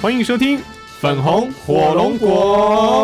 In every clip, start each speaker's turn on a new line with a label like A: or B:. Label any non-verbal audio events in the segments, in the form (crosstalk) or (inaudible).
A: 欢迎收听《粉红火龙
B: 火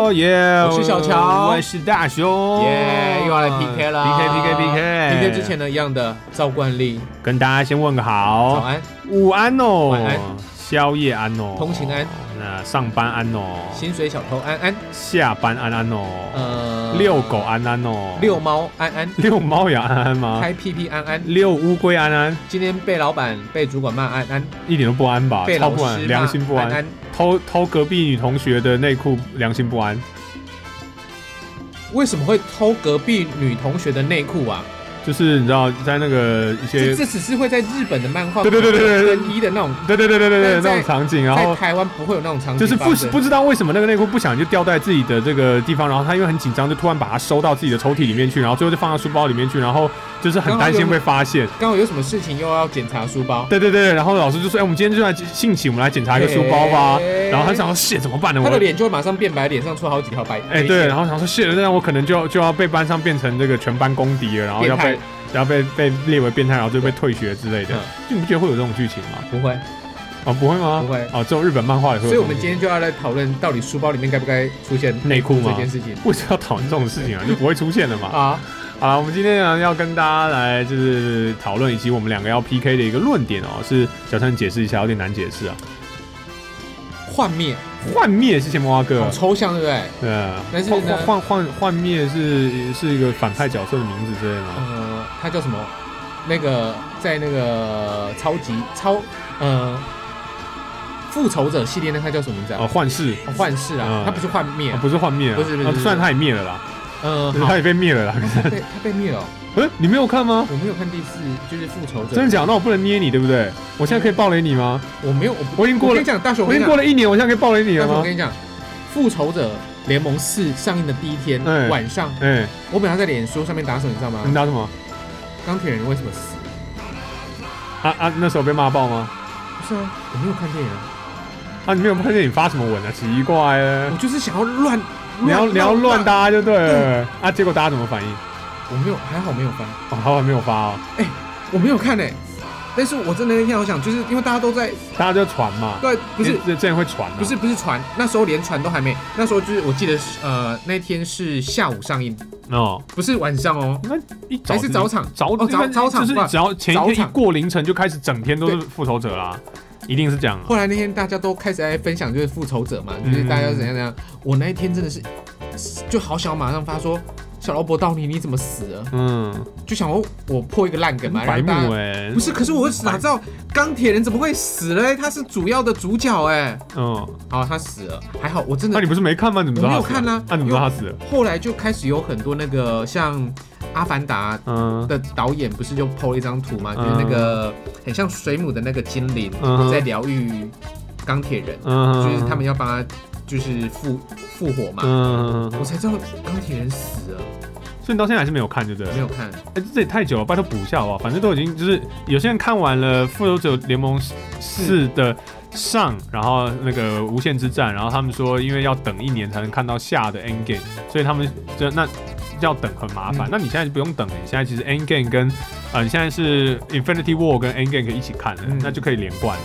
A: 果》，耶！
B: 我是小乔
A: 我是大雄，
B: 耶、又要来 PK 了
A: PK PK PK。
B: PK 之前呢，一样的照惯例，
A: 跟大家先问个
B: 早
A: 好，
B: 安，
A: 午安哦，
B: 晚安
A: 宵夜安哦，
B: 通勤安，
A: 那上班安哦，
B: 薪水小偷安安，
A: 下班安安哦，
B: 呃，
A: 遛狗安安啊哦，
B: 遛猫安安，
A: 遛猫也安安吗？
B: 开屁屁安安，
A: 遛乌龟安安，
B: 今天被老板被主管骂安安，
A: 一点都不安吧？
B: 被
A: 啊超
B: 老
A: 不安，
B: 师
A: 良心不
B: 骂安
A: 安。
B: 安，
A: 偷偷隔壁女同学的内裤，良心不安。
B: 为什么会偷隔壁女同学的内裤啊？
A: 就是你知道，在那个一些
B: 这这只是会在日本的漫画
A: 对对对对对对
B: 跟一的那种，
A: 对对对对对对，
B: 但在
A: 那种场景，然
B: 在
A: 后
B: 台湾不会有那种场景
A: 就是
B: 发
A: 不
B: 生，
A: 不知道为什么那个内裤不想就掉在自己的这个地方，然后他因为很紧张，就突然把它收到自己的抽屉里面去，然后最后就放到书包里面去，然后就是很担心被发现。
B: 刚好有什么事情又要检查书包，
A: 对对对，然后老师就说：“哎、我们今天就来兴起，我们来检查一个书包吧。
B: 嘿
A: 然后他想说：“谢怎么办呢？”
B: 他的
A: 我
B: 脸就会马上变白，脸上出好几条白。
A: 哎、对，然后想说：“谢了，那我可能就就要被班上变成这个全班公敌了，然后要被
B: 变态
A: 要被被列为变态，然后就被退学之类的。
B: 嗯
A: 就你不觉得会有这种剧情吗？
B: 不会。
A: 啊、不会吗？
B: 不会
A: 哦，只有日本漫画也会有
B: (laughs) 所
A: 这
B: 以，
A: 种
B: 我们
A: 剧情
B: 今天就要来讨论，到底书包里面该不该出现
A: 内裤吗
B: 这件事情
A: 为什么要讨论这种事情啊？ (laughs) 就不会出现了嘛。
B: 啊？
A: 好了，我们今天呢要跟大家来就是讨论，以及我们两个要 PK 的一个论点哦、是小陈解释一下，有点难解释啊。
B: 幻灭，
A: 幻灭是前面蛙哥
B: 好，抽象，对不对？
A: 呃，
B: 但是
A: 幻
B: 呢
A: 幻幻幻灭是是一个反派角色的名字之啊类的吗？
B: 呃，它叫什么？那个在那个超级超呃复仇者系列，那它叫什么名字
A: 哦，
B: 啊？
A: 幻视。
B: 哦幻视啊
A: 嗯，
B: 它不是幻灭
A: 啊、
B: 啊，
A: 不是幻灭啊，
B: 不是不是
A: 啊
B: 不是
A: 虽然他也灭了啦，
B: 呃，
A: 就是
B: 好
A: 他，也被灭了啦。
B: (laughs) 它被它被灭了哦。
A: 嗯，你没有看吗？
B: 我没有看第四，就是复仇者，
A: 真的假的？那我不能捏你，对不对？我现在可以暴雷你吗？
B: 我没有，我
A: 我已经
B: 我
A: 过
B: 跟
A: 了
B: 你，讲，大雄，
A: 我已经过
B: 了，
A: 了一年，我现在可以暴雷你
B: 大
A: 了
B: 雄，我
A: 吗
B: 跟？你讲，复仇者联盟四上映的第一天
A: 嗯
B: 晚上，
A: 哎，
B: 我本来在脸书上面打什么，你知道吗？
A: 你拿什么？
B: 钢铁人为什么死？
A: 啊啊，那时候被骂爆吗？
B: 不是啊，我没有看电影啊，
A: 啊，你没有看见你发什么文啊？奇怪
B: 我
A: 了，
B: 就是想要乱，
A: 你要你要乱，搭就对了啊！结果大家怎么反应？
B: 我没有，还好没有翻，
A: 哦，好像没有发哦，
B: 我没有看哎、但是我真的那天我想，就是因为大家都在
A: 大家就传嘛，
B: 对，不是
A: 这这这样会传啊，
B: 不是不是传，那时候连传都还没，那时候就是我记得是呃那天是下午上映，
A: 哦，
B: 不是晚上哦，
A: 那一早
B: 还是早场，
A: 早
B: 哦早早场
A: 就是
B: 吧
A: 只要前一
B: 早
A: 天
B: 场
A: 一过凌晨就开始整天都是复仇者啦，一定是这样啊。
B: 后来那天大家都开始在分享，就是复仇者嘛，
A: 嗯
B: 就是大家怎样怎样。我那一天真的是，就好想马上发说，小劳勃到你你怎么死了？
A: 嗯，
B: 就想我我破一个烂梗嘛，
A: 白
B: 让大家
A: 目哎
B: 不，是，可是我哪知道钢铁人怎么会死嘞？他是主要的主角哎。
A: 嗯，
B: 好，他死了，还好，我真
A: 那
B: 的
A: 你。不是没看吗？你怎么知道他
B: 我没有看啊
A: 死了那你怎么知道他死了？
B: 后来就开始有很多那个像《阿凡达》
A: 嗯
B: 的导演不是就 PO 了一张图嘛，
A: 嗯
B: 就是那个很像水母的那个精灵
A: 嗯
B: 在疗愈钢铁人，
A: 嗯，
B: 就是他们要帮他就是复复活嘛。
A: 嗯，
B: 我才知道钢铁人死了，
A: 所以你到现在还是没有看，对不对了
B: 没？有看。
A: 哎、这也太久了，拜托补一下好不好？反正都已经就是有些人看完了《复仇者联盟四》的上，然后那个《无限之战》，然后他们说因为要等一年才能看到下的 End Game，所以他们就那要等很麻烦。
B: 嗯
A: 那你现在就不用等了，你现在其实 End Game 跟呃你现在是 Infinity War 跟 End Game 可以一起看了，
B: 嗯
A: 那就可以连贯了。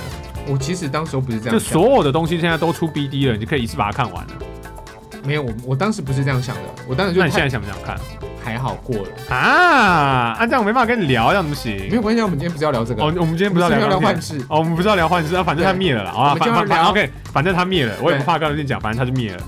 B: 我其实当时候不是这
A: 就
B: 样想，
A: 所有的东西现在都出 BD 了，你就可以一次把它看完了。
B: 没有，我我当时不是这样想的，我当时就
A: 那你现
B: 太
A: 在嗯想不想看
B: 还好过了，
A: 啊？啊，这样我没办法跟你聊，这样不
B: 没
A: 行。
B: 有关系啊。我们今天不是要聊这个，
A: 哦，我们今天不是要
B: 我们
A: 聊
B: 要
A: 钢
B: 聊
A: 铁
B: 幻视。
A: 哦，我们不知道聊幻视啊，反正他灭了啦，好吧，
B: 我们就
A: 反
B: 要
A: 反反
B: 聊
A: OK，反正他灭了，我也不
B: 对
A: 怕跟你讲，反正他就灭了，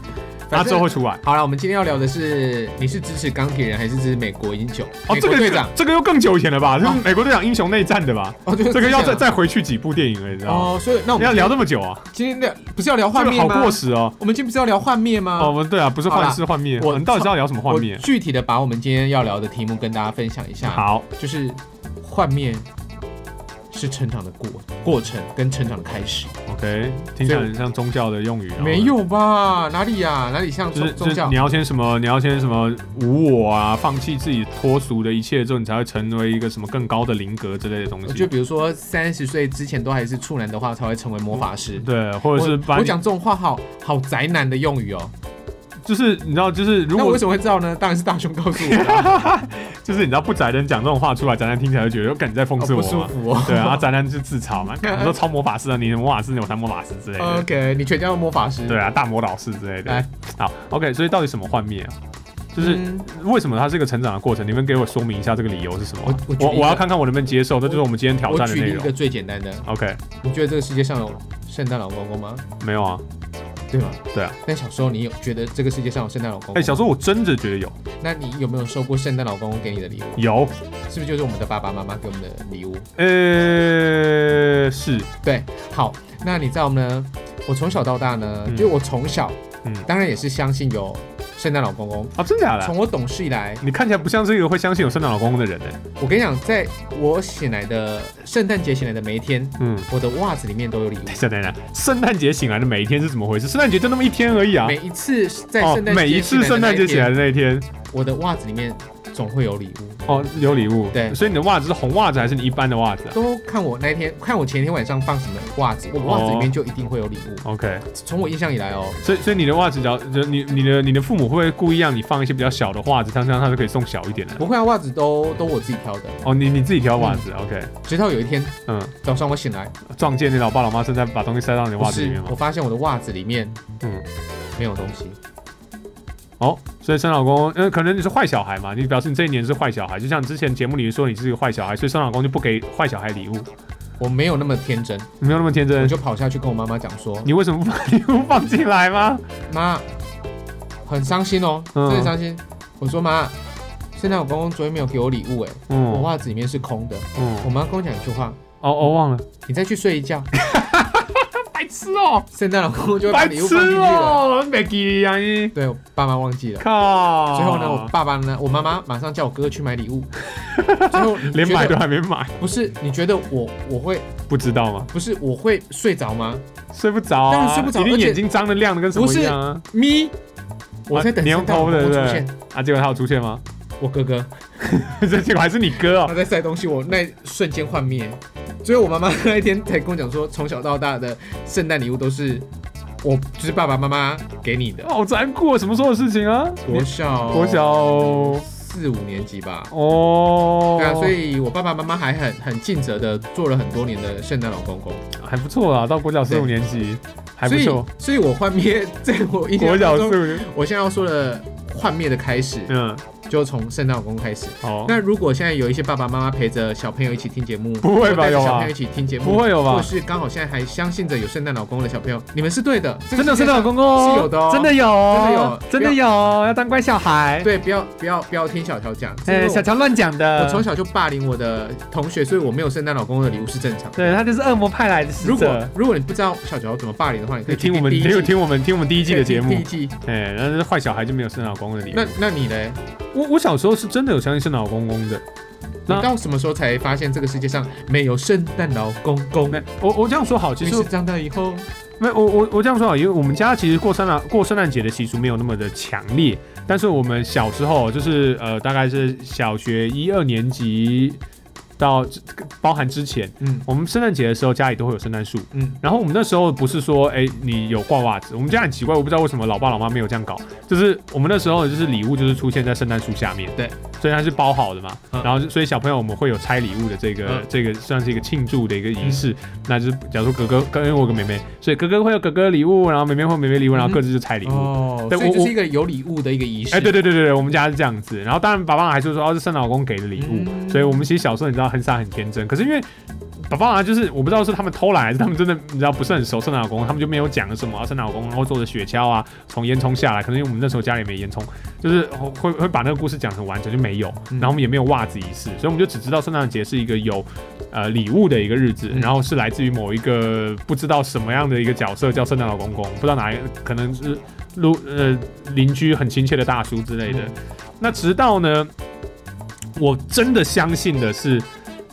A: 他
B: 反
A: 之后
B: 正
A: 会出来。
B: 好了，我们今天要聊的是你是支持钢铁人还是支持美国英雄？
A: 哦，
B: 美
A: 这
B: 国
A: 个
B: 队长，
A: 这个又更久以前了吧？就是
B: 哦
A: 美国队长英雄内战的吧？
B: 哦，就是
A: 这个要再
B: 样
A: 再回去几部电影了，你知道吗？
B: 哦，所以那我
A: 要
B: 们
A: 聊这么久啊，
B: 今天聊不是要聊
A: 这
B: 幻
A: 个
B: 灭
A: 好
B: 吗
A: 过？时哦。
B: 我们今天不是要聊幻灭吗？
A: 哦，不对啊，不是幻视幻灭，
B: 我
A: 哦你到底是要聊什么幻灭
B: 我？具体的把我们今天要聊的题目跟大家分享一下。
A: 好，
B: 就是幻灭是成长的过过程跟成长的开始，
A: ，OK，听起来很像宗教的用语。然后
B: 没。有吧？哪里呀、哪里像
A: 就是
B: 宗
A: 就
B: 宗
A: 是
B: 教
A: 你？要先什么，你要先什么无我啊，放弃自己脱俗的一切之后，你才会成为一个什么更高的灵格之类的东
B: 我
A: 西
B: 就。比如说三十岁之前都还是处男的话，才会成为魔法师。
A: 对，或者是
B: 我
A: 把
B: 我
A: 你
B: 讲这种话好好宅男的用语哦，
A: 就是你知道，就是如
B: 那
A: 果
B: 我为什么会知道呢？当然是大雄告诉
A: (laughs)
B: 我的啊，
A: 就是你知道不宅人讲这种话出来，宅男听起来就觉得，感你在讽刺
B: 好不
A: 我
B: 舒
A: 嘛。
B: 服哦。
A: 对啊，宅男就自嘲
B: (laughs)
A: 嘛，干你说超魔法师啊，你是魔法师，我才魔法师之类的。
B: OK，你全家的魔法师。
A: 对啊，大魔导师之类的
B: 来。
A: 好，OK，所以到底什么幻灭啊？就是
B: 哎嗯
A: 为什么它是一个成长的过程？你们给我说明一下这个理由是什么啊？
B: 我我举
A: 我
B: 一个
A: 我要看看我能不能接受，这就是我们今天挑
B: 我
A: 战的
B: 举
A: 内
B: 例一
A: 容
B: 个。最简单的，
A: OK，
B: 你觉得这个世界上有圣诞老公公吗？
A: 没有啊，
B: 哦对吗？
A: 对啊。
B: 那小时候你有觉得这个世界上有圣诞老公公？
A: 哎、小时候我真的觉得有
B: 那你有没有收过圣诞老公公给你的礼物？
A: 有，
B: 是不是就是我们的爸爸妈妈给我们的礼物？
A: 呃、是，
B: 对，好，那你知道呢？我从小到大呢，
A: 嗯
B: 就我从小，
A: 嗯
B: 当然也是相信有圣诞老公公。
A: 啊，真假的
B: 从
A: 啊？
B: 我懂事以来，
A: 你看起来不像是一个会相信有圣诞老公公的人呢、
B: 我跟你讲，在我醒来的圣诞节醒来的每一天，
A: 嗯，
B: 我的袜子里面都有礼物。
A: 等一下等一下，圣诞节醒来的每一天是怎么回事？圣诞节就那么一天而已啊
B: 每。一次在
A: 哦
B: 圣诞、节，
A: 每一次圣诞节起来，的那一天，
B: 我的袜子里面总会有礼物。
A: 哦，有礼物。
B: 对
A: 所以你的袜子是红袜子还是你一般的袜子啊
B: 都看我那一天，看我前一天晚上放什么袜
A: 哦
B: 子，我袜子里面就一定会有礼物。
A: ？OK，
B: 从我印象以来哦，
A: 所以所以你的袜子只要，就你你的你的父母会不会故意让你放一些比较小的袜子，这样这样它就可以送小一点的？
B: 不会啊，袜子都都我自己挑的。
A: 哦，你你自己挑袜子、o
B: 嗯
A: k
B: 直到有一天
A: 嗯，
B: 早上我醒来，
A: 撞见你老爸老妈正在把东西塞到你的袜
B: 不
A: 子里
B: 是
A: 面，吗
B: 我？发现我的袜子里面
A: 嗯，
B: 没有东西。
A: 哦，所以生老公，嗯、可能你是坏小孩嘛，你表示你这一年是坏小孩，就像之前节目里说你是一个坏小孩，所以生老公就不给坏小孩礼物，
B: 我没有那么天真，
A: 你没有那么天
B: 我
A: 真，
B: 就跑下去跟我妈妈讲说
A: 你为什么不把礼物放进来吗？：“
B: 妈，很伤心哦，
A: 嗯
B: 真的伤心。”我说：“妈，现在我公公昨天没有给我礼物，哎， (laughs) 我
A: 嗯
B: 袜子里面是空的。”我
A: 嗯，
B: 妈跟我讲一句话
A: 哦哦忘了，：“
B: 你再去睡一觉。 (laughs)
A: 白痴哦、”
B: 圣诞老公公就会把
A: 白
B: 礼物
A: 痴
B: 放进去了。
A: 哦、没给杨一，
B: 对我爸妈忘记了。
A: 靠！
B: 最后呢，我爸爸呢，我妈妈马上叫我哥去买礼
A: (laughs)
B: 物。最后你
A: 连
B: 觉
A: 买
B: 得
A: 都还没买，
B: 不是？你觉得我我会
A: 不知道吗？
B: 不是我会睡着吗？
A: 睡不着、啊，
B: 当然睡不着
A: 一定
B: 而且
A: 眼睛张的亮的跟什么一样啊！
B: 咪，我在等
A: 啊
B: 圣诞老
A: 你用偷的对
B: 公公出
A: 不对
B: 现。
A: 啊，结果他有出现吗？ (laughs)
B: 我哥哥
A: 这结果还是你哥哦、
B: 他在晒东西，我那一瞬间幻灭。所以我妈 (laughs) 妈那一天才跟我讲说，从小到大的圣诞礼物都是我就是爸爸妈妈给你的。
A: 好难过，什么时候的事情啊？
B: 国小，
A: 国小
B: 四五年级吧。
A: 哦，
B: 对啊，所以我爸爸妈妈还很很尽责的做了很多年的圣诞老公公。
A: 还不错啊，到国小四
B: 对
A: 五年级还不错。
B: 所以，所以我幻灭，在我印
A: 国
B: 象
A: 小
B: 当
A: 四
B: 中，
A: 五年，
B: 我现在要说的幻灭的开始，
A: 嗯，哦
B: 就从圣诞老公开始。
A: 好，
B: 那如果现在有一些爸爸妈妈陪着小朋友一起听节目，
A: 不会吧
B: 或带着
A: 有吧
B: 小朋友一起听节目，
A: 不会有吧
B: 或者是刚好现在还相信着有圣诞老公的小朋友，你们是对的，这个
A: 真的圣
B: 世界上
A: 诞老公公哦
B: 是有的哦
A: 真的有哦，
B: 真
A: 真
B: 的
A: 的
B: 有
A: 有哦，要当乖小孩。
B: 对，不要不要不要听小乔讲，
A: 哎，
B: 这
A: 小
B: 个
A: 强乱讲
B: 我
A: 的。
B: 我从小就霸凌我的同学，所以我没有圣诞老公的礼物是正常的。
A: 对他就是恶魔派来的使
B: 如果
A: 者。
B: 如果你不知道小乔怎么霸凌的话，你可
A: 你
B: 以去
A: 听我们，
B: 第一
A: 听
B: 季
A: 听我们听我们第一季的节目
B: 第一，季。
A: 哎，但是坏小孩就没有圣诞老公公的礼物
B: 那。那你嘞？
A: 我我小时候是真的有相信圣诞老公公的，
B: 你
A: 那
B: 到什么时候才发现这个世界上没有圣诞老公公？
A: 那我我这样说好，其
B: 于
A: 实
B: 是长大以后，
A: 没有我我我这样说好，因为我们家其实过圣诞过圣诞节的习俗没有那么的强烈，但是我们小时候就是呃大概是小学一二年级到包含之前，
B: 嗯
A: 我们圣诞节的时候家里都会有圣诞树，
B: 嗯，
A: 然后我们那时候不是说，哎、你有挂袜子，我们家很奇怪，我不知道为什么老爸老妈没有这样搞，就是我们那时候就是礼物就是出现在圣诞树下面，
B: 对，
A: 所以它是包好的嘛，
B: 嗯
A: 然后就所以小朋友我们会有拆礼物的这个、
B: 嗯
A: 这个算是一个庆祝的一个仪式，那就是假如说哥哥跟因为我有个妹妹，所以哥哥会有哥哥的礼物，然后妹妹会有妹妹的礼物，然后各自就拆礼物。
B: 嗯哦，
A: 对
B: 所以
A: 我
B: 就是一个有礼物的一个仪式。
A: 哎，对对对对对，我们家是这样子。然后当然，爸爸还是说哦，是圣诞老公给的礼物，
B: 嗯
A: 所以我们其实小时候你知道很傻很天真。可是因为爸爸妈就是我不知道是他们偷懒还是他们真的你知道不是很熟圣诞老公，他们就没有讲什么啊圣诞老公然后坐着雪橇啊从烟囱下来，可能因为我们那时候家里没烟囱，就是会会把那个故事讲很完整就没有。
B: 嗯
A: 然后我们也没有袜子仪式，所以我们就只知道圣诞节是一个有呃礼物的一个日子，
B: 嗯
A: 然后是来自于某一个不知道什么样的一个角色叫圣诞老公公，不知道哪一个可能是路呃邻居很亲切的大叔之类的。
B: 嗯
A: 那直到呢，我真的相信的是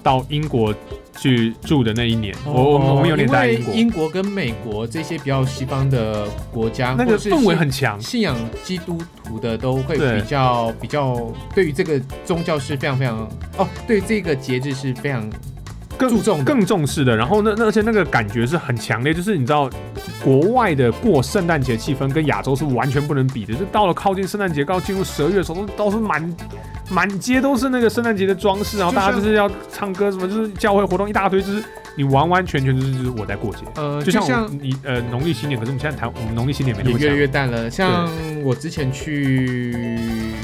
A: 到英国去住的那一年，
B: 哦，
A: 我我们我们有点在英
B: 因
A: 国
B: 为，英国跟美国这些比较西方的国家，
A: 那
B: 或
A: 个
B: 者是
A: 氛围很强
B: 信。信仰基督徒的都会
A: 对
B: 比较比较对于这个宗教是非常非常哦，对于这个节日是非常
A: 更
B: 注重的
A: 更重视的。然后那那而且那个感觉是很强烈，就是你知道国外的过圣诞节气氛跟亚洲是完全不能比的。就到了靠近圣诞节，到进入十二月的时候，都都是满满街都是那个圣诞节的装饰，然后
B: 就像
A: 大家就是要唱歌什么，就是教会活动一大堆，就是你完完全全就是就是我在过节。
B: 呃，
A: 就
B: 就
A: 像我
B: 像
A: 们你呃农历新年，可是我们现在谈我们农历新年没那
B: 也
A: 么
B: 越
A: 强
B: 来，越淡了。像我之前去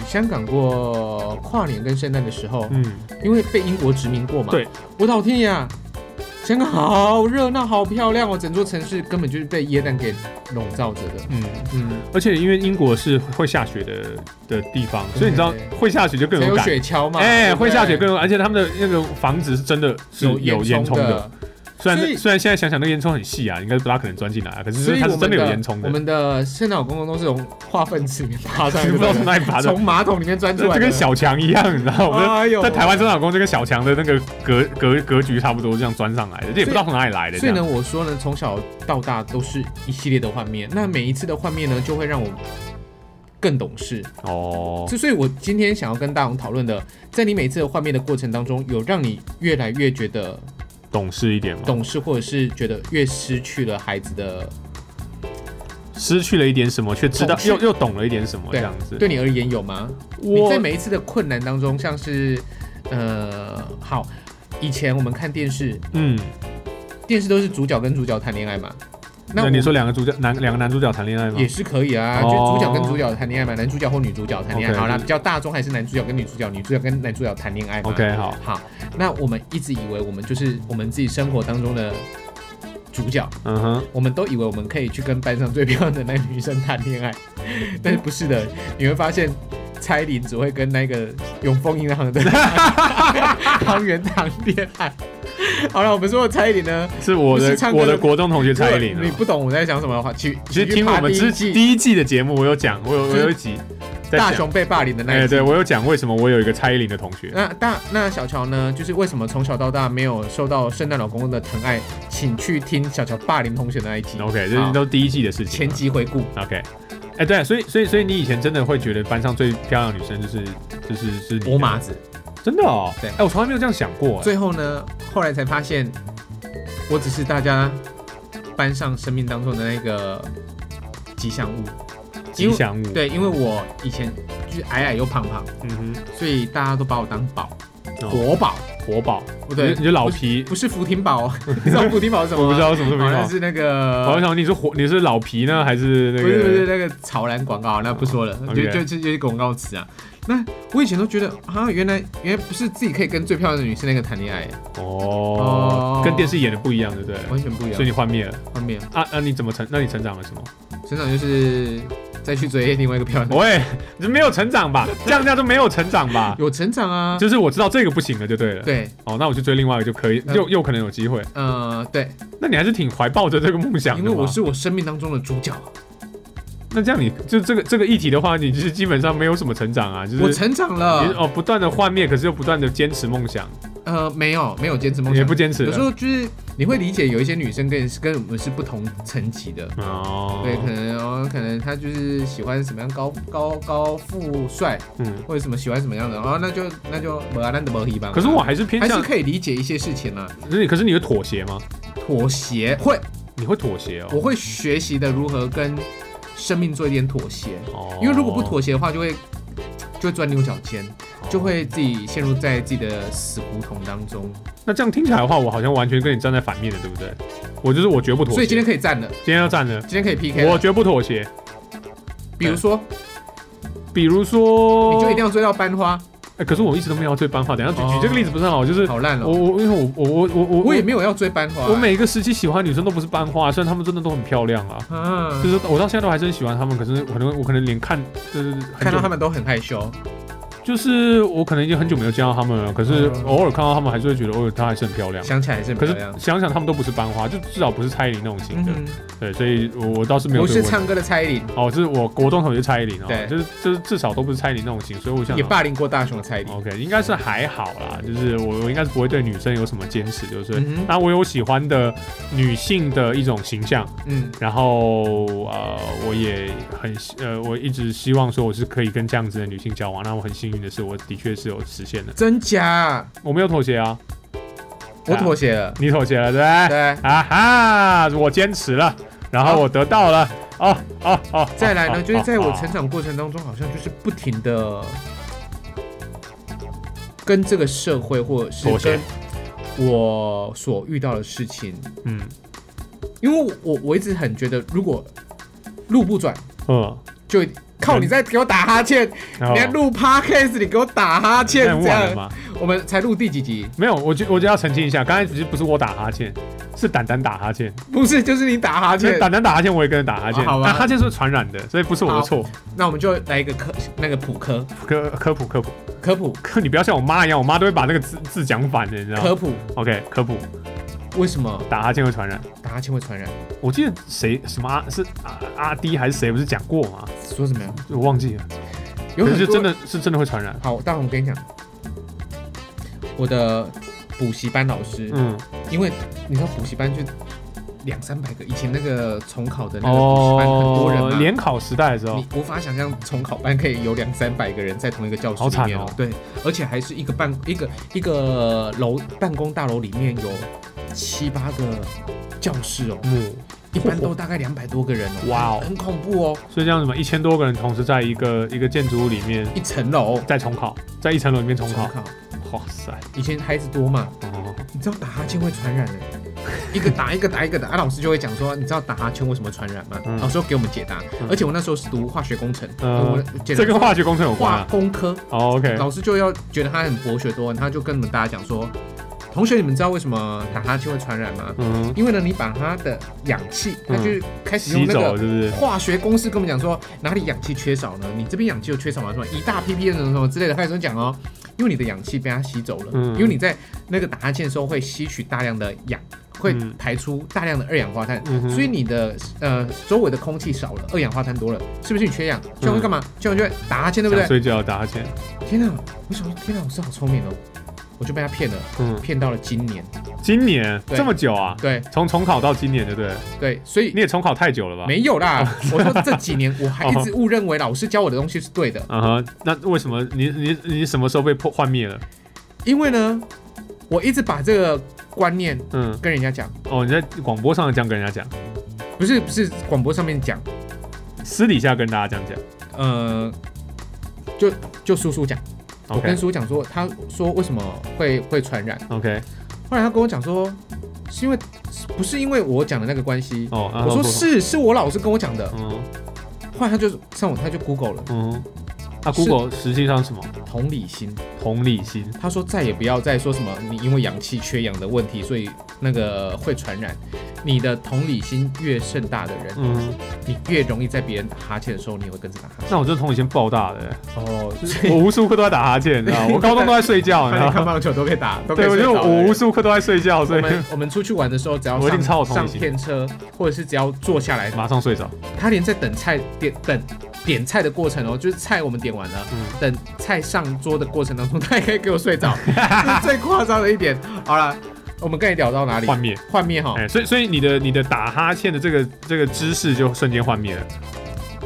B: 香港过跨年跟圣诞的时候，
A: 嗯，
B: 因为被英国殖民过嘛，
A: 对，
B: 我老天呀！香港好热闹，好漂亮哦！整座城市根本就是被耶诞给笼罩着的。
A: 嗯，
B: 嗯，
A: 而且因为英国是会下雪的的地方，所以你知道
B: 对
A: 会下雪就更
B: 才
A: 有
B: 有
A: 感。
B: 雪橇嘛？
A: 哎、
B: 对不对
A: 会下雪更有，而且他们的那个房子是真的是有
B: 有
A: 烟囱
B: 囱
A: 的。。虽
B: 所以
A: 然虽然现在想想那个烟囱很细啊，应该不大可能钻进来啊，可
B: 所
A: 是
B: 以
A: 它
B: 我
A: 是真
B: 们
A: 的有烟囱
B: 我
A: 的。
B: 们的圣诞老公公都是从化粪池里面爬上来
A: 你
B: 的，
A: (laughs) 不知道从哪里爬的，
B: 从马桶里面钻出
A: 这
B: 来的，
A: 跟小强一样，你知道吗？
B: 哎呦
A: 在台湾生老公就跟小强的那个格格格局差不多，这样钻上来的，这也不知道从哪里来的。
B: 所以
A: 这
B: 呢，
A: 样
B: 我说呢，从小到大都是一系列的幻灭。那每一次的幻灭呢，就会让我更懂事。
A: 哦，
B: 之所以我今天想要跟大龙讨论的，在你每一次的幻灭的过程当中，有让你越来越觉得
A: 懂事一点嘛，
B: 懂事，或者是觉得越失去了孩子的，
A: 失去了一点什么，却知道
B: 懂事
A: 又又懂了一点什么，这
B: 对
A: 样子。
B: 对你而言有吗？你
A: 我
B: 在每一次的困难当中，像是呃，好，以前我们看电视，
A: 嗯，
B: 电视都是主角跟主角谈恋爱嘛。
A: 那
B: 我
A: 你说两个主角男两个男主角谈恋爱吗
B: 也？是可以啊，
A: 哦
B: 就主角跟主角谈恋爱嘛，男主角或女主角谈恋爱。
A: OK，
B: 好啦，
A: 就是
B: 比较大众还是男主角跟女主角，女主角跟男主角谈恋爱嘛。
A: OK，好
B: 好，那我们一直以为我们就是我们自己生活当中的主角，
A: 嗯哼，
B: 我们都以为我们可以去跟班上最漂亮的那个女生谈恋爱， (laughs) 但是不是的，你会发现。蔡依林只会跟那个永丰银行的 (laughs) 行员谈恋爱。 (laughs) 好了，我们说的蔡依林呢，
A: 是我
B: 不
A: 的
B: 是唱歌
A: 我
B: 的
A: 的国中同学蔡依林
B: 如
A: 啊
B: 果你。不懂我在讲什么的话，去
A: 其实
B: 去
A: 听
B: 爬
A: 我们
B: 第一
A: 之
B: 季
A: 第一季的节目，我有讲，我有我
B: 就是
A: 有一集在
B: 大
A: 讲，
B: 雄被霸凌的那一
A: 哎、
B: 集
A: 对我有讲为什么我有一个蔡依林的同学，
B: 那大那小乔呢？就是为什么从小到大没有受到圣诞老公公的疼爱？请去听小乔霸凌同学的那一集
A: OK，这
B: 好
A: 是都第一季的事情
B: 呃前
A: 嘛。
B: 集回顾。
A: OK，哎、对，所以所以所以你以前真的会觉得班上最漂亮的女生就是就是是你的
B: 我马子，
A: 真的哦，
B: 对
A: 哎、我从来没有这样想过、哎
B: 最后呢，后来才发现，我只是大家班上生命当中的那个吉祥物。
A: 吉
B: 因为
A: 祥物，，
B: 对，因为我以前就是矮矮又胖胖，
A: 嗯
B: 所以大家都把我当宝，
A: 哼，哦、
B: 国宝，
A: 国宝，
B: 不对
A: 你就你就老皮，
B: 不是福亭
A: (laughs)
B: 宝哦，你知道福亭宝是什么
A: 我
B: 吗？
A: 不知道什么什么
B: 好
A: 名
B: 像
A: 字。
B: 是那
A: 我
B: 个
A: 在想你是火，你是老皮呢，还是那个？
B: 不是不是那个草兰广告，那不说了，
A: OK
B: 就就就就是广告词啊。那我以前都觉得啊，原来原来不是自己可以跟最漂亮的女生那个谈恋爱，
A: 哦
B: 哦，
A: 跟电视演的不一样，对不对？
B: 完全不一
A: 所以
B: 样。
A: 你幻灭了
B: 方面，
A: 啊？那、你怎么成？那你成长了什么？
B: 成长就是再去追另外一个漂亮的，
A: (laughs) 喂，你没有成长吧？这样这样都没有成长吧？
B: 有成长啊。
A: 就是我知道这个不行了就对了。，
B: 对，
A: 哦，那我去追另外一个就可以，
B: 嗯
A: 又又可能有机会。
B: 呃，对，
A: 那你还是挺怀抱着这个梦想的
B: 因
A: 嘛
B: 为我是我生命当中的主角，
A: 那这样你就这个这个议题的话，你就是基本上没有什么成长啊，就是
B: 我成长
A: 你
B: 了。
A: 哦不断的幻灭，可是又不断的坚持梦想，
B: 呃，没有没有坚持梦
A: 也
B: 想
A: 不，啊坚持
B: 有时
A: 了。
B: 候就是你会理解有一些女生跟跟我们是不同层级的，
A: 哦，
B: 对，可能哦，可能她就是喜欢什么样高高高富帅，
A: 嗯，
B: 或者什么喜欢什么样的，啊，那就那就不啊，那怎么一般？
A: 可是我还是偏
B: 还是
A: 向，
B: 可以理解一些事情啊，
A: 可是你可是你会妥协吗？
B: 妥协会，
A: 你会妥协哦
B: 我，会学习的如何跟生命做一点妥协，
A: 哦
B: 因为如果不妥协的话，就会就会钻牛角尖，就。
A: 哦
B: 会自己陷入在自己的死胡同当中。
A: 那这样听起来的话，我好像完全跟你站在反面的，对不对？我就是我绝不妥协。
B: 所以今天可以站了，
A: 今天要站了，
B: 今天可以 PK
A: 我
B: 了。
A: 绝不妥协。
B: 比如说，
A: 比如说，
B: 你就一定要追到班花，
A: 哎、可是我一直都没有要追班花。等一下举、
B: 哦
A: 举这个例子不是很好，就是
B: 好烂
A: 我
B: 哦！
A: 我因为我我我我我
B: 我也没有要追班花，
A: 我每一个时期喜欢的女生都不是班花，虽然她们真的都很漂亮啊，
B: 啊
A: 就，是我到现在都还真喜欢她们，可是可能我可能连看就是很久
B: 看到他，们都很害羞，
A: 就是我可能已经很久没有见到她们了，可是
B: 嗯
A: 偶尔看到她们还是会觉得，哦，她还是很漂亮。
B: 想起来还是很
A: 可
B: 漂
A: 是
B: 亮。嗯
A: 想想她们都不是班花，就至少不是蔡依林那种型的，
B: 哼
A: 对，所以我我倒是没有
B: 不
A: 这个
B: 是
A: 问题。
B: 唱歌的蔡依林，
A: 哦，就是我国中同学蔡依林哦，
B: 对
A: 就是就是至少都不是蔡依林那种型，所以我想
B: 也霸凌过大雄的蔡依林。
A: OK，应该是还好啦，就是我我应该是不会对女生有什么坚持，就是、
B: 嗯哼
A: 那我有喜欢的女性的一种形象，
B: 嗯，
A: 然后呃，我也很希呃，我一直希望说我是可以跟这样子的女性交往，那我很幸运的是，我的确是有实现的，
B: 真假？
A: 我没有妥协啊，
B: 我妥协
A: (laughs)
B: 了，
A: 你妥协了，对不对？
B: 对。
A: 啊哈，我坚持了，然后我得到了，哦哦哦。
B: 再来呢，
A: 哦
B: 就是在我成。
A: 哦哦
B: 长过程当中，好像就是不停的跟这个社会或者是
A: 妥协
B: 跟我所遇到的事情，
A: 嗯
B: 因为我我我一直很觉得，如果路不转，
A: 嗯，
B: 就靠你在给我打哈欠，
A: 然后
B: 你在录 podcast，你给我打哈欠
A: 那
B: 这
A: 忘了
B: 样。
A: 吗？
B: 我们才录第几集？
A: 没有，我觉我觉得要澄清一下，刚才只是不是我打哈欠，是蛋蛋打哈欠，
B: 不是，就是你打哈
A: 所以
B: 欠。
A: 蛋蛋打哈欠，我也跟着打哈欠。
B: 哦好吧
A: 但哈欠是传染的，所以不是我的错。
B: 那我们就来一个科那个普科
A: 科科普科普
B: 科普
A: 科，你不要像我妈一样，我妈都会把那个字字讲反的，你知道吗
B: 科普，
A: ？OK，科普
B: 为什么
A: 打哈欠会传染。
B: 打哈欠会传染？
A: 我记得谁什么阿是阿阿迪还是谁不是讲过吗？
B: 说什么呀？
A: 我忘记了，
B: 有
A: 可
B: 很
A: 是
B: 多
A: 真的是真的会传染。
B: 好，但我跟你讲，我的补习班老师，
A: 嗯，
B: 因为你知道补习班就两三百个，以前那个重考的那个
A: 哦
B: 补习班很多人嘛，
A: 联考时代的时候，
B: 你无法想象重考班可以有两三百个人在同一个教室
A: 好
B: 里
A: 惨
B: 面
A: 哦
B: 对，而且还是一个办一个一个楼办公大楼里面有七八个教室哦，
A: 嗯，
B: 一般都大概两百多个人哦，
A: 哇哦
B: 很恐怖哦，
A: 所以这样什么一千多个人同时在一个一个建筑物里面
B: 一层楼哦
A: 在重考，在一层楼里面重考，
B: 考，
A: 哇塞，
B: 以前孩子多嘛，
A: 哦，
B: 你知道打哈欠会传染的、 (laughs) 一个打一个打一个打，啊、老师就会讲说，你知道打哈欠为什么传染吗？
A: 嗯
B: 老师会给我们解答。
A: 嗯
B: 而且我那时候是读化学工程，
A: 嗯
B: 我解答
A: 这跟化学工程有关
B: 化
A: 啊。
B: 工科，
A: 哦，OK，
B: 老师就要觉得他很博学多闻，他就跟我们大家讲说，同学你们知道为什么打哈欠会传染吗？
A: 嗯，
B: 因为呢，你把他的氧气，他
A: 嗯
B: 就开始用
A: 洗
B: 那
A: 走
B: 个
A: 是不是？
B: 化学公式跟我们讲说哪里氧气缺少呢？你这边氧气又缺少嘛？什么一大 ppm 什么什么之类的，开始讲哦，因为你的氧气被它吸走了，
A: 嗯
B: 因为你在那个打哈欠的时候会吸取大量的氧，会
A: 嗯
B: 排出大量的二氧化碳。
A: 嗯哼
B: 所以你的呃周围的空气少了，二氧化碳多了，是不是你缺氧？缺氧会干嘛？缺氧就会打哈欠，对
A: 嗯
B: 不
A: 想
B: 对？
A: 睡觉打哈欠，
B: 天哪！我想说，天哪，我是好聪明哦，我就被他骗了，
A: 嗯，
B: 骗到了今年。
A: 今年
B: 对
A: 这么久啊，
B: 对
A: 从重考到今年，对不对？
B: 对，所以
A: 你也重考太久了吧？
B: 没
A: (laughs)
B: 有啦。我说这几年我还一直误认为老师教我的东西是对的，
A: 啊哈，那为什么你你你什么时候被破幻灭了？
B: 因为呢，我一直把这个观念
A: 嗯，
B: 跟人家讲，
A: 哦，你在广播上这样跟人家讲，
B: 不是不是广播上面讲，
A: 私底下跟大家这样讲。
B: 呃，就就叔叔讲，我
A: OK
B: 跟叔叔讲说，他说为什么会会传染，
A: OK，
B: 后来他跟我讲说，是因为不是因为我讲的那个关系。
A: 哦，啊
B: 我说，是，是我老师跟我讲的。
A: 嗯
B: 后来他就上网，他就 Google 了
A: 嗯，啊
B: 是
A: ，Google 实际上是什么？
B: 同理心。
A: 同理心。
B: 他说再也不要再说什么你因为氧气缺氧的问题，所以那个会传染。你的同理心越盛大的人，
A: 嗯，
B: 你越容易在别人打哈欠的时候，你也会跟着打哈欠。
A: 那我这同理心爆大的欸，
B: 哦，就是
A: 我无时无刻都在打哈欠，你知道吗？我高中都在睡觉，你知道吗？
B: 棒球都可以打，都
A: 对，我
B: 睡
A: 就
B: 着的
A: 我无时无刻都在睡觉，所
B: 我
A: 以
B: 们我们出去玩的时候，只要
A: 我一定超有
B: 上
A: 同理
B: 上
A: 心，
B: 片车，或者是只要坐下来
A: 马上睡着。
B: 他连在等菜点等点菜的过程哦，就是菜我们点完了，
A: 嗯
B: 等菜上桌的过程当中，他也可以给我
A: (laughs)
B: 睡着，这是最夸张的一点。好了，我们刚才聊到哪里？
A: 幻灭。
B: 幻灭哈，
A: 哎，所以所以你的你的打哈欠的这个这个姿势就瞬间幻灭了。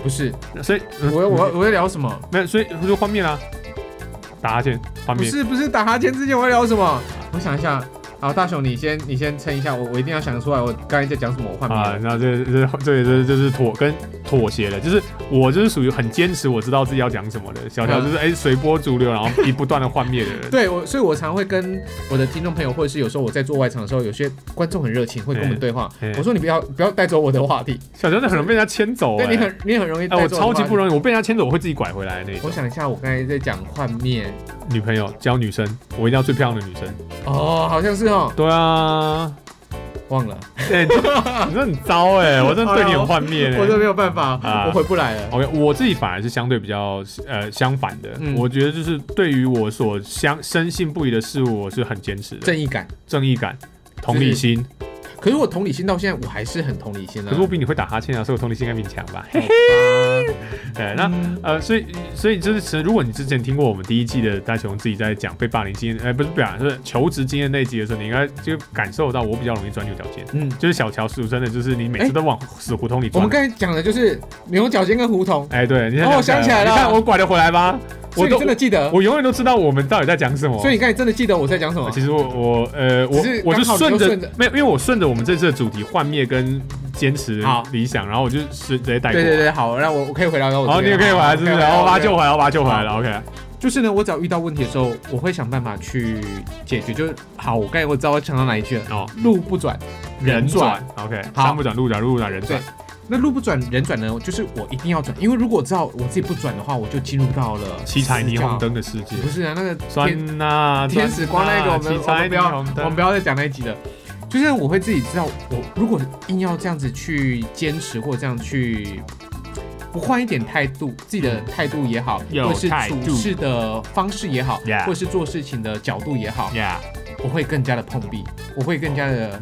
B: 不是，
A: 所以嗯
B: 我我我在聊什么？
A: 没有，所以就幻灭啦。打哈欠，幻
B: 不
A: 灭。
B: 是不是，打哈欠之前我要聊什么？我想一下。好，大雄，你先你先撑一下，我我一定要想出来，我刚才在讲什么，我换
A: 啊，
B: 名。
A: 那这这这这就是妥跟妥协了，就是我就是属于很坚持，我知道自己要讲什么的。小条就是
B: 嗯
A: 哎随波逐流，然
B: (laughs)
A: 后一不断的幻灭的人。
B: 对我，所以我常会跟我的听众朋友，或者是有时候我在做外场的时候，有些观众很热情，会跟我们对话
A: 嗯嗯。
B: 我说你不要不要带走我的话题，
A: 小条就很容易被人家牵走、
B: 对
A: 哎
B: 你很你很容易
A: 哎、
B: 带
A: 我
B: 走
A: 超级不
B: 易。
A: 容易，我被人家牵走，我会自己拐回来的那
B: 我
A: 种。
B: 想一下，我刚才在讲幻灭，
A: 女朋友教女生，我一定要最漂亮的女生。
B: 哦，好像是哦，
A: 对啊，
B: 忘了，
A: 哎、你 (laughs) 你真的很糟哎、我真的对你很幻灭、
B: (laughs) 我都
A: 欸。
B: 没有办法
A: 啊，
B: 我回不来了。
A: OK，我自己反而是相对比较呃相反的，
B: 嗯
A: 我觉得就是对于我所相深信不疑的事物，我是很坚持的，
B: 正义感，
A: 正义感、同理心。
B: 可是我同理心到现在，我还是很同理心啊。
A: 可是我比你会打哈欠啊，所以我同理心应该比你强吧？
B: 好吧
A: 对，那
B: 嗯
A: 呃，所以所以就是，其实如果你之前听过我们第一季的大雄自己在讲被霸凌经验，呃，不是不讲，就是求职经验那一集的时候，你应该就感受到我比较容易钻牛角尖。
B: 嗯，
A: 就是小乔叔真的就是你每次都往死胡同里
B: 我
A: 钻
B: 们。刚才讲的就是牛角尖跟胡同，
A: 哎、对，你看
B: 哦我想起来了
A: 你看我拐得回来吧？
B: 所
A: 我
B: 以你
A: 都
B: 真的记得，
A: 我永远都知道我们到底在讲什么。
B: 所以你刚才真的记得我在讲什么
A: 其？实我我呃我
B: 只是
A: 我就
B: 刚好
A: 顺
B: 你就
A: 着
B: 顺着
A: 没有，因为我顺着我们这次的主题幻灭跟坚持
B: 好
A: 理想，然后我就是直接带过。
B: 对对对，好，那我我可以回答到我这边。
A: 然后你也可以回来，是不是？然后
B: 好
A: 我把它救
B: 好
A: 回来，我把它救回来了。OK，
B: 就是呢，我只要遇到问题的时候，我会想办法去解决。就是好，我刚才我知道我想到哪里去了，
A: 哦，
B: 路不转，
A: 人
B: 人
A: 转
B: 转
A: ，OK，
B: 好
A: 山不转路转，路不转人转
B: 对，那路不转人转呢，就是我一定要转，因为如果我知道我自己不转的话，我就进入到了
A: 七彩霓虹
B: 死角。
A: 灯的世界，
B: 不是啊，那个天
A: 酸呐，
B: 天使光那个，我
A: 酸
B: 们
A: 呐
B: 我
A: 七彩
B: 们不
A: 霓
B: 要
A: 虹
B: 我们
A: 灯
B: 不，要再讲那一集了。就是我会自己知道，我如果硬要这样子去坚持，或者这样去不换一点态度，自己的态度也好，
A: 有
B: 或是
A: 态度
B: 处事的方式也好
A: Yeah
B: 或是做事情的角度也好，
A: 呀，
B: 我会更加的碰壁，我会更加的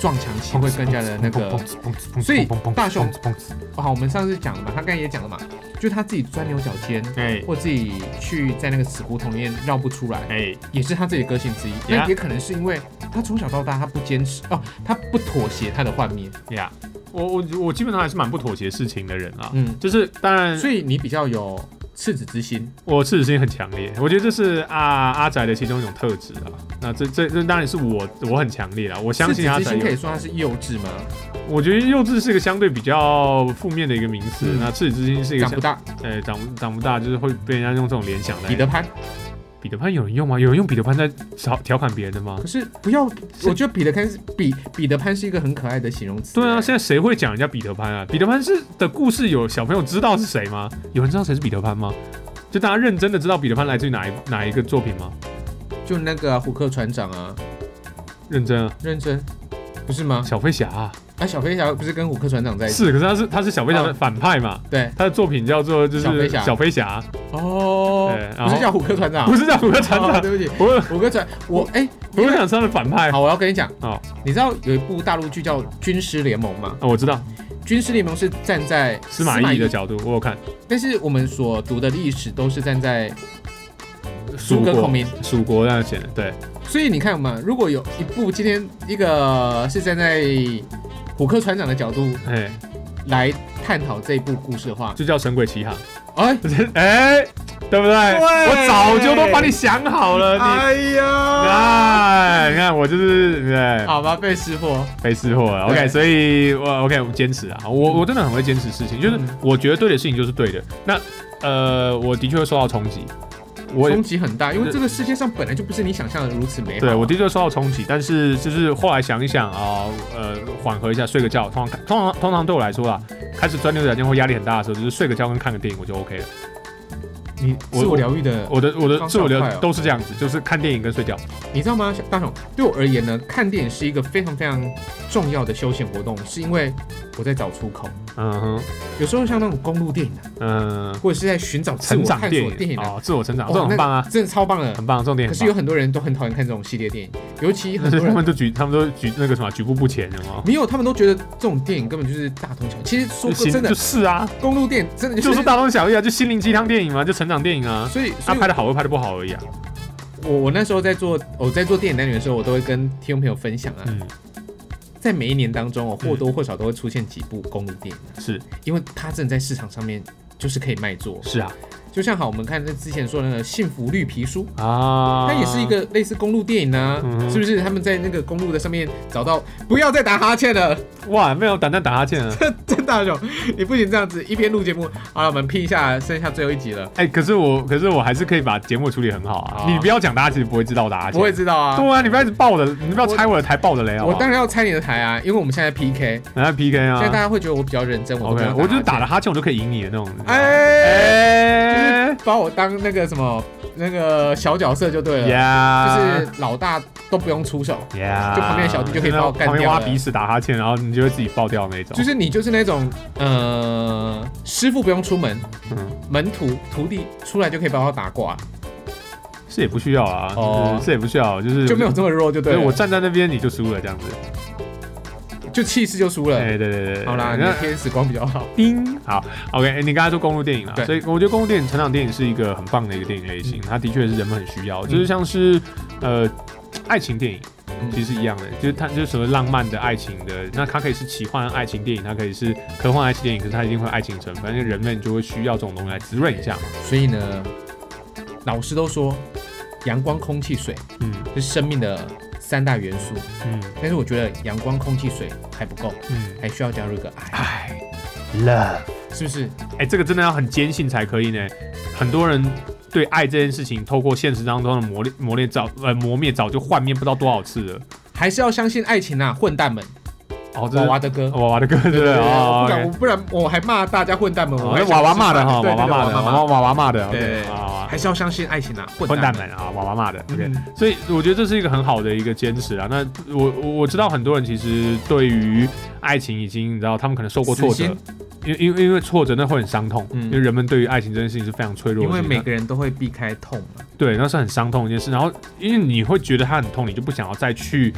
B: 撞墙期，会更加的那个。所以大雄好，我们上次讲了嘛，他刚才也讲了嘛，就他自己钻牛角尖，
A: 哎
B: 或自己去在那个死胡同里面绕不出来，
A: 哎，
B: 也是他自己的个性之一。
A: Yeah
B: 那也可能是因为他从小到大他不坚持哦，他不妥协他的幻灭，
A: 呀，我我我基本上还是蛮不妥协事情的人啦，
B: 嗯，
A: 就是当然
B: 所以你比较有赤子之心，
A: 我赤子心很强烈，我觉得这是阿阿宅的其中一种特质啊。那这这这当然是我我很强烈啦，我相
B: 赤子
A: 信阿
B: 之
A: 宅
B: 心可
A: 有
B: 以。说他是幼稚吗？
A: 我觉得幼稚是一个相对比较负面的一个名词，
B: 嗯
A: 那赤子之心是一个
B: 长
A: 相
B: 不大，
A: 呃长不长不大，就是会被人家用这种联想来。
B: 彼得潘。
A: 彼得潘有人用吗？有人用彼得潘在调调侃别人的吗
B: 可？是不要，我觉得彼得潘是彼彼得潘是一个很可爱的形容词。
A: 对啊，
B: 哎
A: 现在谁会讲人家彼得潘啊？彼得潘是的故事有小朋友知道是谁吗？有人知道谁是彼得潘吗？就大家认真的知道彼得潘来自于哪一哪一个作品吗？
B: 就那个啊虎克船长啊，
A: 认真啊，
B: 认真，不是吗？
A: 小飞侠、啊、
B: 啊，小飞侠不是跟虎克船长在一起？
A: 是，可是他是他是小飞侠的
B: 啊
A: 反派嘛？
B: 对，
A: 他的作品叫做就是
B: 小飞侠
A: 小飞侠，
B: 哦
A: 对然后
B: 不是叫虎克船长，
A: 不是叫虎克船
B: 哦
A: 长。
B: 对不起，
A: 我
B: 虎克船，我哎，
A: 我想是他啊的反派
B: 好，我要跟你讲
A: 哦
B: 你知道有一部大陆剧叫《军师联盟》吗？
A: 啊，我知道
B: 《军师联盟》是站在
A: 司马懿的，角度，我有看
B: 但是我们所读的历史都是站在
A: 蜀
B: 诸葛孔
A: 国
B: 明，
A: 蜀国那写的，对
B: 所以你看嘛，如果有一部今天一个是站在虎克船长的角度
A: 哎，
B: 来探讨这一部故事的话，
A: 就叫神鬼奇航， (laughs)
B: 哎，
A: 哎，对不对？
B: 对哎
A: 我早就都帮你想好了，你
B: 呀，
A: 哎，你看我就是对
B: 好吧，被识破，
A: 被识破了，OK，啊
B: 对
A: 所以我 OK 我坚持啊，我我真的很会坚持事情，就是
B: 嗯
A: 我觉得对的事情就是对的，那呃，我的确会受到冲击，我
B: 冲击很大，因为这个世界上本来就不是你想象的如此美好。
A: 对我的确受到冲击，但是就是后来想一想啊、呃，缓和一下，睡个觉。通常通常通常对我来说啦，开始钻牛角尖或压力很大的时候，就是睡个觉跟看个电影我就 OK 了。
B: 你
A: 我
B: 自我疗愈的，
A: 我的我的
B: 方
A: 自
B: 向
A: 我流
B: 快哦
A: 都是这样子，就是看电影跟睡觉。
B: 你知道吗，小大雄？对我而言呢，看电影是一个非常非常重要的休闲活动，是因为我在找出口。
A: 嗯哼，
B: 有时候像那种公路电影啊，
A: 嗯，
B: 或者是在寻找自
A: 成
B: 我
A: 长
B: 探
A: 电
B: 索
A: 影
B: 电影啊，
A: 哦，自我成长，
B: 哦
A: 这种很棒啊，
B: 真的超棒的。
A: 很棒，重点
B: 可
A: 很
B: 是
A: 棒
B: 有。很多人都很讨厌看这种系列电影，尤其
A: 可
B: 很
A: 是 (laughs)
B: 多
A: 他
B: 人
A: 们都举，他们都举那个什么举步不前，有吗？
B: 没有，他们都觉得这种电影根本就是大同小异。其实说
A: 就
B: 真
A: 心
B: 的
A: 就，是啊，
B: 公路电影真的就
A: 就是是，大同小异啊，就心灵鸡汤电影嘛，就成长电影啊。
B: 所以
A: 他
B: 所以
A: 拍的好或拍的不好而已啊。
B: 我我那时候在做我在做电影单元的时候，我都会跟听众朋友分享啊，
A: 嗯，
B: 在每一年当中，我或多或少都会出现几部公路电影啊，
A: 是
B: 因为它真的在市场上面就是可以卖座。
A: 是啊
B: 就像好，我们看那之前说的那个《幸福绿皮书》，
A: 啊，
B: 它也是一个类似公路电影啊，
A: 嗯哼
B: 是不是？他们在那个公路的上面找到，不要再打哈欠了， (laughs)
A: 哇，没有胆蛋打哈欠啊。
B: 真大雄，你不行这样子，一边录节目，好了，我们拼一下，剩下最后一集了，
A: 哎、可是我，可是我还是可以把节目处理很好啊。
B: 好啊
A: 你不要讲，大家其实不会知道我的阿
B: 不会知道啊。
A: 对啊，你不要一直爆我的，你不要拆我的台，爆我的雷好不
B: 我
A: 好？
B: 当然要拆你的台啊，因为我们现在 PK，、
A: 然后 PK
B: 现在大
A: 啊。
B: 家会觉得我比较认真，我都
A: OK，
B: 没有
A: 我就是
B: 哈欠
A: 打了哈欠，我就可以赢你的那种。
B: 哎，
A: 哎
B: 就是把我当那个什么那个小角色就对了
A: 呀，
B: 就是老大都不用出手，
A: 呀，
B: 就旁边的小弟就可以把我干掉了
A: 旁边挖鼻屎打哈欠，然后你就会自己爆掉那种。
B: 就是你就是那种呃，师傅不用出门，
A: 嗯，
B: 门徒徒弟出来就可以把我打挂，
A: 是也不需要啊，
B: 哦
A: 就是是也不需要，就是
B: 就没有这么弱就对
A: 对
B: 了。
A: 我站在那边你就输了这样子。
B: 就气势就输了。
A: 哎，对对对对，
B: 好啦，你
A: 那
B: 的天使光比较好。
A: 叮，好，OK，你刚才说公路电影啊，
B: 对
A: 所以我觉得公路电影、成长电影是一个很棒的一个电影类型，
B: 嗯
A: 它的确是人们很需要，就是像是呃爱情电影。
B: 嗯
A: 其实一样的，就是它就是什么浪漫的爱情的，那它可以是奇幻爱情电影，它可以是科幻爱情电影，可是它一定会有爱情成分，因为人们就会需要这种东西来滋润一下嘛。
B: 所以呢，老师都说阳光、空气、水
A: 嗯
B: 是生命的三大元素，
A: 嗯
B: 但是我觉得阳光、空气、水还不够，
A: 嗯，
B: 还需要加入一个爱，
A: 爱，love，
B: 是不是？
A: 哎、这个真的要很坚信才可以呢。很多人对爱这件事情，透过现实当中的磨练磨练早呃磨灭早就幻灭不知道多少次了。
B: 还是要相信爱情啊，混蛋们！
A: 哦，这
B: 娃
A: 是
B: 娃的歌，
A: 娃娃的歌对不对？哦
B: 不，然
A: OK
B: 我不然我还骂大家混蛋们，我
A: 哦
B: 还
A: 那
B: 想
A: 娃娃骂的
B: 吃
A: 哈，
B: 饭
A: 娃娃骂的，娃娃，娃娃骂的，
B: 对对对
A: OK，啊
B: 对
A: 娃娃
B: 还是要相信爱情啊，
A: 混蛋
B: 们。
A: 们啊，娃娃骂的，OK
B: 嗯。
A: 所以我觉得这是一个很好的一个坚持啊。那我我我知道很多人其实对于爱情已经你知道，他们可能受过挫
B: 死
A: 折
B: 心，
A: 因为因为因为挫折那会很伤痛，
B: 嗯
A: 因为人们对于爱情这件事情是非常脆弱
B: 因
A: 的事情，
B: 为每个人都会避开痛嘛，
A: 对那是很伤痛的一件事。然后因为你会觉得它很痛，你就不想要再去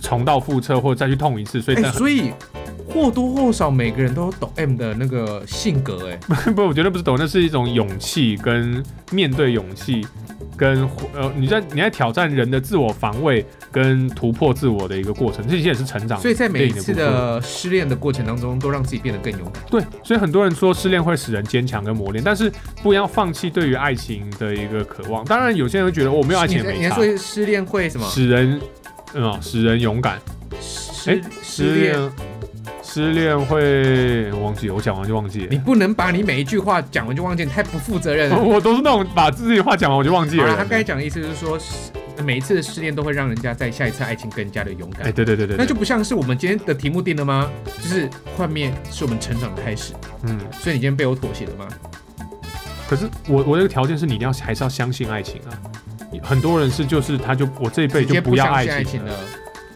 A: 重蹈覆辙或者再去痛一次，所以
B: 哎、
A: 这很
B: 所以或多或少每个人都有抖 M 的那个性格、哎，
A: (laughs) 不，我觉得不是懂，那是一种勇气跟面对勇气，跟呃，你在你在挑战人的自我防卫跟突破自我的一个过程，这些也是成长。
B: 所以在每一次
A: 电影啊的
B: 的失恋的过程当中，都让自己变得更勇敢。
A: 部分对，所以很多人说失恋会使人坚强跟磨练，但是不要放弃对于爱情的一个渴望。当然，有些人会觉得、哦我没有爱情也
B: 你在
A: 没
B: 你还
A: 差，
B: 说失恋会什么？
A: 使人嗯、啊使人勇敢，
B: 失
A: 哎
B: 失恋，。
A: 失恋会我忘记了，我讲完就忘记了
B: 你。不能把你每一句话讲完就忘记，你太不负责任了。
A: (laughs) 我都是那种把自己的话讲完我就忘哦记
B: 好
A: 了
B: 了，
A: 人。
B: 他刚才讲的意思就是说，失每一次的失恋都会让人家在下一次爱情更加的勇
A: 哎、
B: 敢。
A: 对对对对，
B: 那就不像是我们今天的题目定了吗？就是幻灭是我们成长的开始，
A: 嗯。
B: 所以你今天被我妥协了吗？
A: 可是我我这个条件是你一定要还是要相信爱情啊。很多人是就是他就我这一辈
B: 直
A: 就
B: 接
A: 不要
B: 相
A: 爱
B: 信爱
A: 情
B: 情
A: 了，
B: 了，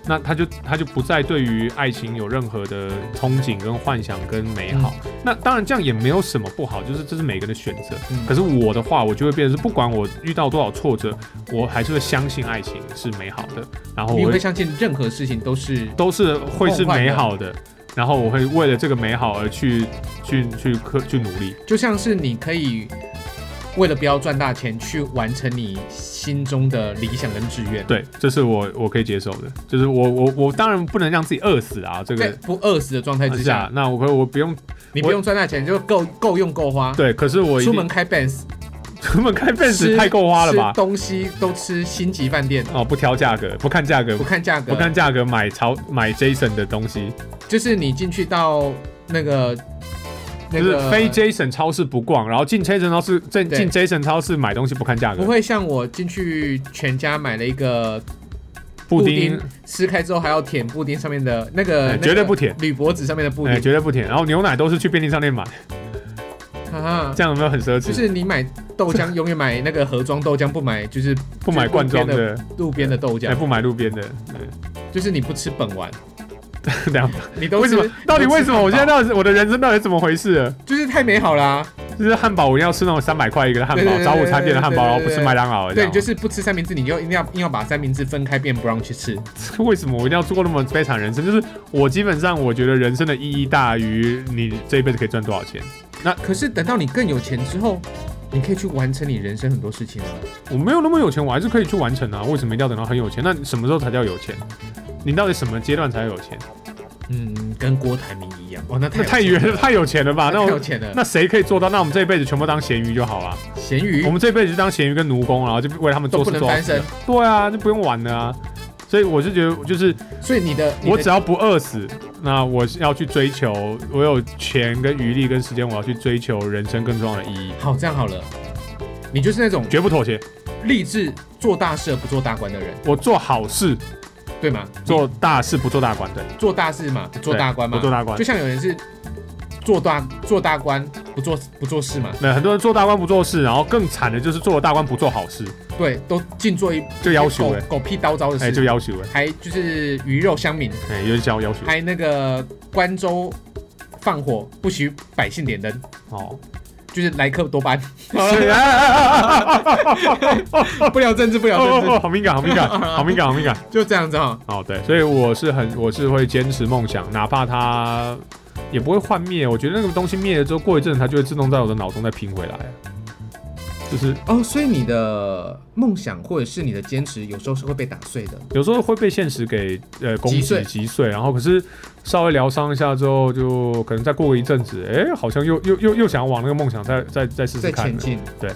A: 那他就他就不再对于爱情有任何的憧憬跟幻想跟美好。那当然这样也没有什么不好，就是这是每个人的选择。
B: 嗯
A: 可是我的话，我就会变成是不管我遇到多少挫折，我还是会相信爱情是美好的，然后
B: 你
A: 哦我
B: 会
A: 会
B: 相信任何事情都是
A: 都是会是美好的。然后我会为了这个美好而去去去克去努力，
B: 就像是你可以为了不要赚大钱去完成你心中的理想跟志愿，
A: 对，这是我我可以接受的，就是我我我当然不能让自己饿死啊，这
B: 在
A: 个
B: 不饿死的状态之
A: 是啊
B: 下，，
A: 那我可我不用
B: 你不用赚大钱就够够用够花。
A: 对，可是我一
B: 出
A: 定
B: 门开 Benz，
A: (laughs) 出门开奔驰
B: 吃
A: 太够花了吧
B: 吃？东西都吃星级饭店，
A: 哦，不挑价格，不看价格
B: 不，看价格，
A: 不看价格买潮买 Jason 的东西，
B: 就是你进去到那个那
A: 就是
B: 个
A: 非 Jason 超市不逛，然后进 Jason 超市进
B: 对
A: 进 Jason 超市买东西不看价格
B: 不，会像我进去全家买了一个
A: 布丁。
B: 撕开之后还要舔布丁上面的那
A: 哎
B: 个，那个
A: 绝对不舔
B: 铝箔纸上面的布
A: 哎，
B: 丁，
A: 绝对不甜。然后牛奶都是去便利商店买，
B: 哈哈，
A: 这样有没有很奢侈？
B: 就是你买豆浆永远买那个盒装豆浆，不买就是
A: 不买罐装
B: 就是
A: 的，
B: 路边的豆
A: 哎，
B: 浆，
A: 不买路边的。 (laughs)
B: 就是你不吃本丸，
A: 这样
B: 你都
A: 为
B: 是
A: 什么？到底为什么？我现在
B: 都
A: 到底是我的人生到底怎么回事了？
B: 就是太美好啦，
A: 就是汉堡，我一定要吃那种三百块一个的汉
B: 对
A: 堡，
B: 对对
A: 早午餐店的汉堡，
B: 对对
A: 然
B: 对
A: 后不吃麦当劳。
B: 对，就是是不吃三明治，你就一定要硬要把三明治分开变 brown 去吃，
A: (laughs) 为什么我一定要做那么悲惨人生？就是我基本上我觉得人生的意义大于你这一辈子可以赚多少钱。
B: 可是等到你更有钱之后。你可以去完成你人生很多事情啊！
A: 我没有那么有钱，我还是可以去完成啊。为什么一定要等到很有钱？那什么时候才叫有钱？你到底什么阶段才有钱？
B: 嗯，跟郭台铭一样哦，那太
A: 那太
B: 有
A: 远
B: 钱
A: 了，太有钱了吧？那
B: 那太有
A: 我
B: 钱了。
A: 那谁可以做到？那我们这一辈子全部当咸鱼就好了。
B: 咸鱼
A: 我们这一辈子就当咸鱼跟奴工，然后就为他们做
B: 都不
A: 事
B: 能
A: 做好
B: 翻。身，
A: 对啊，就不用玩了啊。所以我是觉得，就是
B: 所以你的你
A: 我
B: 的
A: 只要不饿死，那我是要去追求，我有钱跟余力跟时间，我要去追求人生更重要的意义，
B: 好这样好了，你就是那种
A: 绝不妥协。
B: 立志做大事而不做大官的人，
A: 我做好事，
B: 对吗？
A: 做大事不做大官，对，
B: 你做大事嘛，不做
A: 对
B: 大官嘛
A: 不，做大官
B: 就。像有人是做大做大官不做不做事嘛，
A: 那很多人做大官不做事，然后更惨的就是做了大官不做好事，
B: 对，都尽做一
A: 就要求
B: 狗
A: 哎、
B: 狗屁叨叨的
A: 哎、就
B: 事，
A: 要求哎、
B: 还就是鱼肉乡民，
A: 哎、有点想要求
B: 还那个关州放火不许百姓点灯，
A: 哦。 (laughs)
B: 就是莱克多巴胺。
A: 是啊啊啊啊啊
B: 不聊政治，不聊
A: 哦
B: 政
A: 哦，
B: 治，
A: 好敏感，好敏感，好敏感，好敏感。
B: 就这样子哈。
A: 哦，对，所以我是很，我是会坚持梦想，哪怕它也不会幻灭。我觉得那个东西灭了之后，过一阵子它就会自动在我的脑中再拼回来。就是
B: 哦，所以你的梦想或者是你的坚持，有时候是会被打碎的。
A: 有时候会被现实给呃攻
B: 击碎
A: 击击碎，然后可是稍微疗伤一下之后，就可能再过一阵子，哎，好像又又又又想往那个梦想再再再试试
B: 在
A: 看
B: 前
A: 了。
B: 进，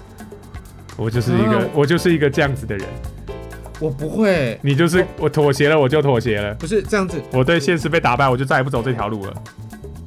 A: 我就是一个
B: 啊
A: 我就是一个这样子的人，
B: 我不会，
A: 你就是我妥协了，我就妥协了。
B: 不是这样子。
A: 我对现实被打败，我就再也不走这条路了。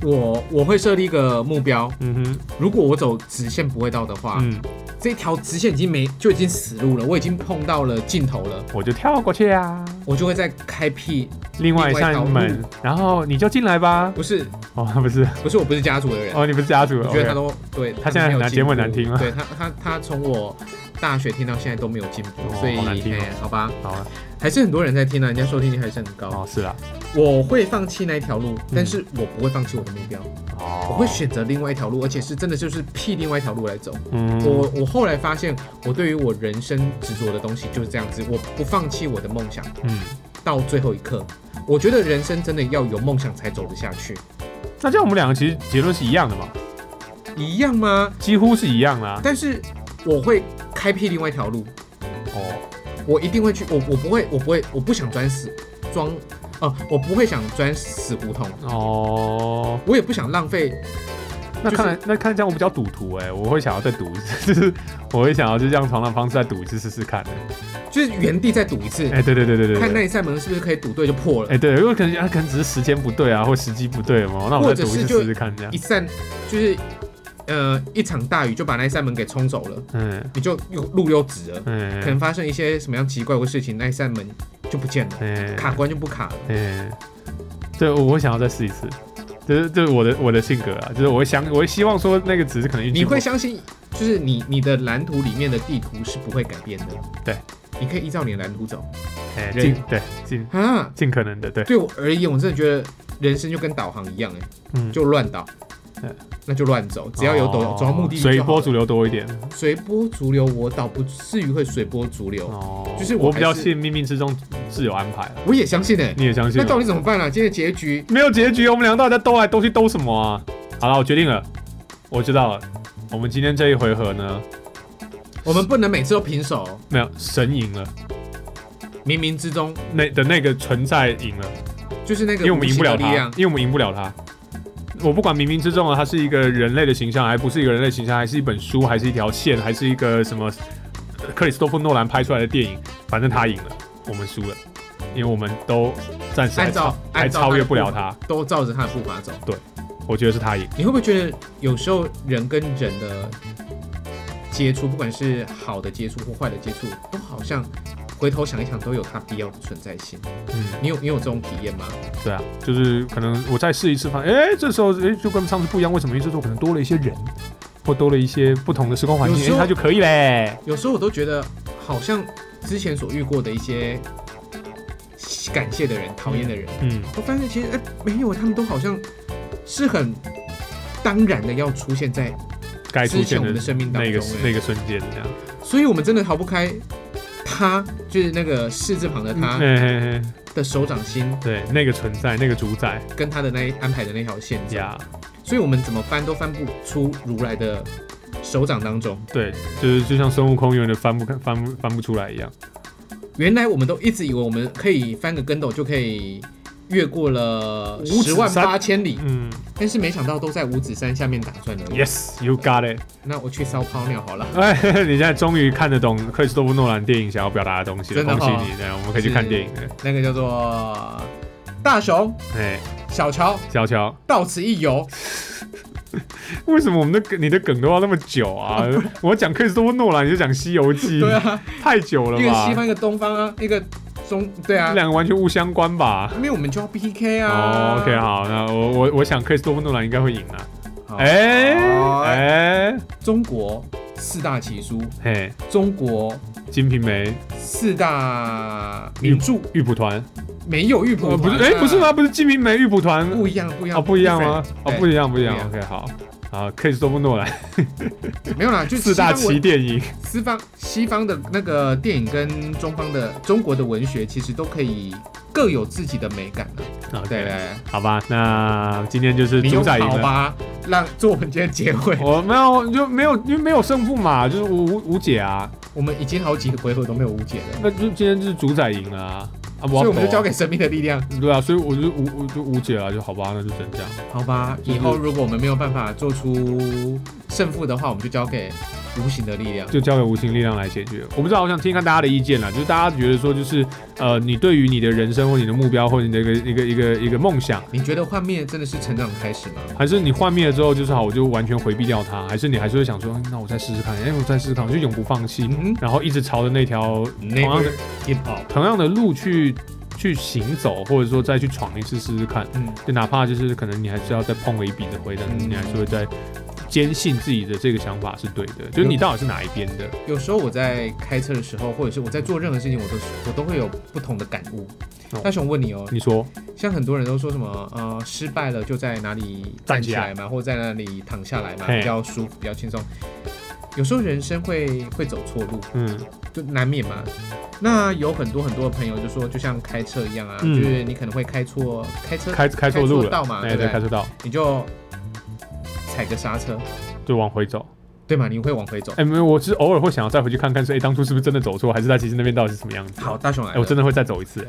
B: 我我会设立一个目标，
A: 嗯哼，
B: 如果我走直线不会到的话，
A: 嗯，
B: 这条直线已经没就已经死路了，我已经碰到了尽头了，
A: 我就跳过去啊，
B: 我就会再开辟。
A: 另外一
B: 另外一条
A: 扇
B: 路
A: 门，然后你就进来吧。
B: 不是
A: 哦，不是，
B: 不是，我不是家族的人，
A: 哦，你不是家主
B: 我觉得他
A: ，OK，
B: 都对
A: 他现在
B: 没
A: 很
B: 有
A: 难
B: 进
A: 节目很
B: 步
A: 难听吗
B: 对他他他从我大学听到现在都没有进步，
A: 哦
B: 所以
A: 好难听哦
B: 哎好吧，
A: 好了，
B: 还是很多人在听啊，人家收听率还是很高。
A: 哦，是啦，
B: 我会放弃那一条路，但是我不会放弃我的目标，
A: 哦，
B: 我会，选择另外一条路，而且是真的就是辟另外一条路来走。
A: 嗯，
B: 我我后来发现，我对于我人生执着的东西就是这样子，我不放弃我的梦想
A: 嗯，
B: 到最后一刻。我觉得人生真的要有梦想才走得下去，
A: 那这样我们两个其实结论是一样的嘛，
B: 一样吗？
A: 几乎是一样啊啦。
B: 但是我会开辟另外一条路，
A: 哦，
B: 我一定会去，我我不会，我不会，我不想钻死装，呃，我不会想钻死胡同，
A: 哦，
B: 我也不想浪费
A: 那
B: 就是
A: 看来、那看这样我比较赌徒哎、我会想要再赌一次，就是 (laughs) 我会想要就这样同样的方式再赌一次试试看、欸。
B: 就是原地再赌一次，
A: 哎、对对对对对
B: 看那
A: 对。
B: 一扇门是不是可以赌对就破了。
A: 哎、对，因为可能啊，可能只是时间不对啊，或时机不对嘛，那我再赌一次试试看这样
B: 一。扇就是呃一场大雨就把那一扇门给冲走了，
A: 嗯
B: 你就又路又直了，可
A: 嗯
B: 能发生一些什么样奇怪的事情，那一扇门就不见了，
A: 嗯
B: 卡关就不卡了。
A: 嗯，对，我会想要再试一次，就是就是我的我的性格啊，就是我会想，我会希望说那个只是可能运气
B: 你
A: 不好。
B: 会相信，就是你你的蓝图里面的地图是不会改变的，
A: 对，
B: 你可以依照你的蓝图走
A: 哎
B: 人
A: 尽对尽
B: 啊。
A: 尽可能的对，
B: 对我而言，我真的觉得人生就跟导航一样、哎，
A: 嗯，
B: 就乱导
A: 对，
B: 那就乱走，只要有
A: 哦
B: 导走到目的地就好了
A: 随波逐流多一点。
B: 随波逐流，我倒不至于会随波逐流，
A: 哦，
B: 就是我
A: 我比较
B: 还是
A: 信冥冥之中自有安排啊，
B: 我也相信哎、
A: 你也相信
B: 那
A: 吗？
B: 到底怎么办啊？今天的结局
A: 没有结局，我们两个到底在兜来兜去兜什么啊？好了，我决定了，我知道了。我们今天这一回合呢，
B: 我们不能每次都平手哦，
A: 没有神赢了，
B: 冥冥之中
A: 那的那个存在赢了，
B: 就是那个
A: 因为我们赢不了
B: 无
A: 他
B: 形的力量，
A: 因为我们赢不了他。我不管冥冥之中啊，它是一个人类的形象，还不是一个人类形象，还是一本书，还是一条线，还是一个什么呃克里斯托夫诺兰拍出来的电影，反正他赢了，我们输了，因为我们都暂时还
B: 按
A: 超
B: 照
A: 还
B: 按照
A: 超越
B: 他的
A: 不了
B: 步伐
A: 他，
B: 都照着他的步伐走。
A: 我觉得是他赢。
B: 你会不会觉得有时候人跟人的接触，不管是好的接触或坏的接触，都好像回头想一想都有它必要的存在性？
A: 嗯，
B: 你有你有这种体验吗？
A: 对啊，就是可能我再试一次，发现哎，这时候哎就跟上次不一样，为什么？因为这时候可能多了一些人，或多了一些不同的时空环
B: 有
A: 境，
B: 时
A: 哎
B: 候
A: 它就可以嘞。
B: 有时候我都觉得好像之前所遇过的一些感谢的人、讨厌的人，
A: 嗯，
B: 我发现其实哎、没有，他们都好像是很当然的要出现在，
A: 该出
B: 之前
A: 现
B: 我们的生命当
A: 那个
B: 中哎
A: 那个瞬间这样。
B: 所以我们真的逃不开他，就是那个士字旁的他
A: 嘿嘿嘿，
B: 的手掌心
A: 对，那个存在，那个主宰
B: 跟他的那一安排的那条线走，
A: 呀
B: 所以我们怎么翻都翻不出如来的手掌当中。
A: 对，就是就像孙悟空永远都翻不翻不翻不出来一样。
B: 原来我们都一直以为我们可以翻个跟斗就可以。越过了
A: 五指
B: 十万
A: 山
B: 八千里，
A: 嗯
B: 但是没想到都在五指山下面打转而已。
A: ，Yes，you got it。 (laughs)
B: 那我去烧泡尿好了。
A: 哎，嘿嘿你现在终于看得懂克里斯托夫诺兰电影想要表达的东西了，
B: 真的
A: 恭喜
B: 哦
A: 你！对，我们可以去看电影了。
B: 那个叫做大熊、
A: 哎，
B: 小乔，
A: 小乔，
B: 到此一游。
A: 为什么我们的梗你的梗都要那么久
B: (laughs)
A: 啊？我讲克里斯多诺兰，你就讲《西游记》
B: 对啊，
A: (laughs) 太久了
B: 一个西
A: 吧？
B: 方，一个东方啊，一个中，对啊
A: 这，两个完全不相关吧？
B: 因为我们就要 PK 啊。
A: 哦，OK，好，那我我我想克里斯多诺兰应该会赢啊。
B: 好，
A: 哎
B: 好
A: 哎
B: 中国四大奇书，
A: 嘿，
B: 中国
A: 《金瓶梅》《
B: 四大名著，
A: 玉蒲团》
B: 没有玉蒲
A: 呃不
B: 团啊
A: 是哎不是吗？不是《金瓶梅》《玉蒲团》
B: 不一样，不一样，
A: 哦不一样吗？哦
B: 对
A: 不一样不一
B: 不一
A: 样
B: 样
A: ，OK 好。啊，克里斯多夫
B: (laughs)
A: 诺兰
B: 没有啦，就
A: 四大
B: 西方
A: 奇
B: 文
A: 电影，
B: 西方西方的那个电影跟中方的中国的文学其实都可以各有自己的美感的、
A: 啊，
B: 对，对，
A: 好吧，那今天就是
B: 你
A: 主
B: 用
A: 宰赢
B: 好
A: 了。
B: 吧，让做我们今天结尾。
A: 我没有，就没有，因为没有胜负嘛，就是无无无解啊。
B: 我们已经好几个回合都没有误解了，
A: 那就今天就是主宰赢了啊，啊，
B: 所以我们
A: 要
B: 就交给神秘的力量，
A: 对啊，所以我就无我就无解了，就好吧，那就只能这样。
B: 好吧？
A: 就是
B: 以后如果我们没有办法做出胜负的话，我们就交给无形的力量。
A: 就交给无形力量来解决。我不知道，我想听听看大家的意见啦，啊就是大家觉得说，就是呃，你对于你的人生或你的目标或你的一个一个一个一个梦想，
B: 你觉得幻灭真的是成长的开始吗？
A: 还是你幻灭了之后就是好，我就完全回避掉它，还是你还是会想说，嗯那我再试试看，哎、我再试试看，我就永不放弃，
B: 嗯
A: 然后一直朝着那条同样
B: ，Never
A: 的
B: give up。
A: 同样的路去去行走，或者说再去闯一次试试看，
B: 嗯，
A: 就哪怕就是可能你还是要再碰了一笔的灰，但是你还是会再坚信自己的这个想法是对的，就是你到底是哪一边的。
B: 有时候我在开车的时候，或者是我在做任何事情，我都是我都会有不同的感悟
A: 哦。
B: 但是我问你哦，
A: 你说，
B: 像很多人都说什么呃失败了就在哪里
A: 站
B: 站
A: 起
B: 起
A: 来
B: 来嘛，或者在哪里躺下来嘛，
A: 嘿
B: 比较舒服，比较轻松。有时候人生会会走错路，
A: 嗯
B: 就难免嘛。那有很多很多的朋友就说，就像开车一样啊，
A: 嗯
B: 就是你可能会开错开车，
A: 开开错路
B: 嗯开错道
A: 了，
B: 嘛
A: 哎
B: 对不
A: 对，
B: 对
A: 开错道
B: 你就踩个刹车，
A: 就往回走。
B: 对嘛？你会往回走。
A: 哎，没有，我只是偶尔会想要再回去看看，说哎，当初是不是真的走错，还是他其实那边到底是什么样子？
B: 好，，大雄来
A: 哎，
B: 了。
A: 我真的会再走一次。哎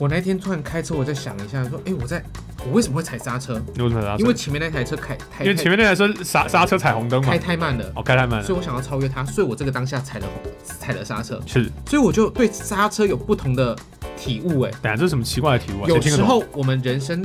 B: 我那天突然开车，我在想一下，说，哎、我在，我为什么会踩刹车？
A: 你为什么要？
B: 因为前面那台车开
A: 啊
B: 太
A: 因为前面那台车刹刹车踩红灯嘛
B: 开，太慢了，
A: 哦，开太慢了，
B: 所以我想要超越它，所以我这个当下踩了踩了刹车，
A: 是，
B: 所以我就对刹车有不同的体悟、哎，
A: 等下这是什么奇怪的题目啊？谁
B: 有
A: 听得
B: 时
A: 懂
B: 候我们人生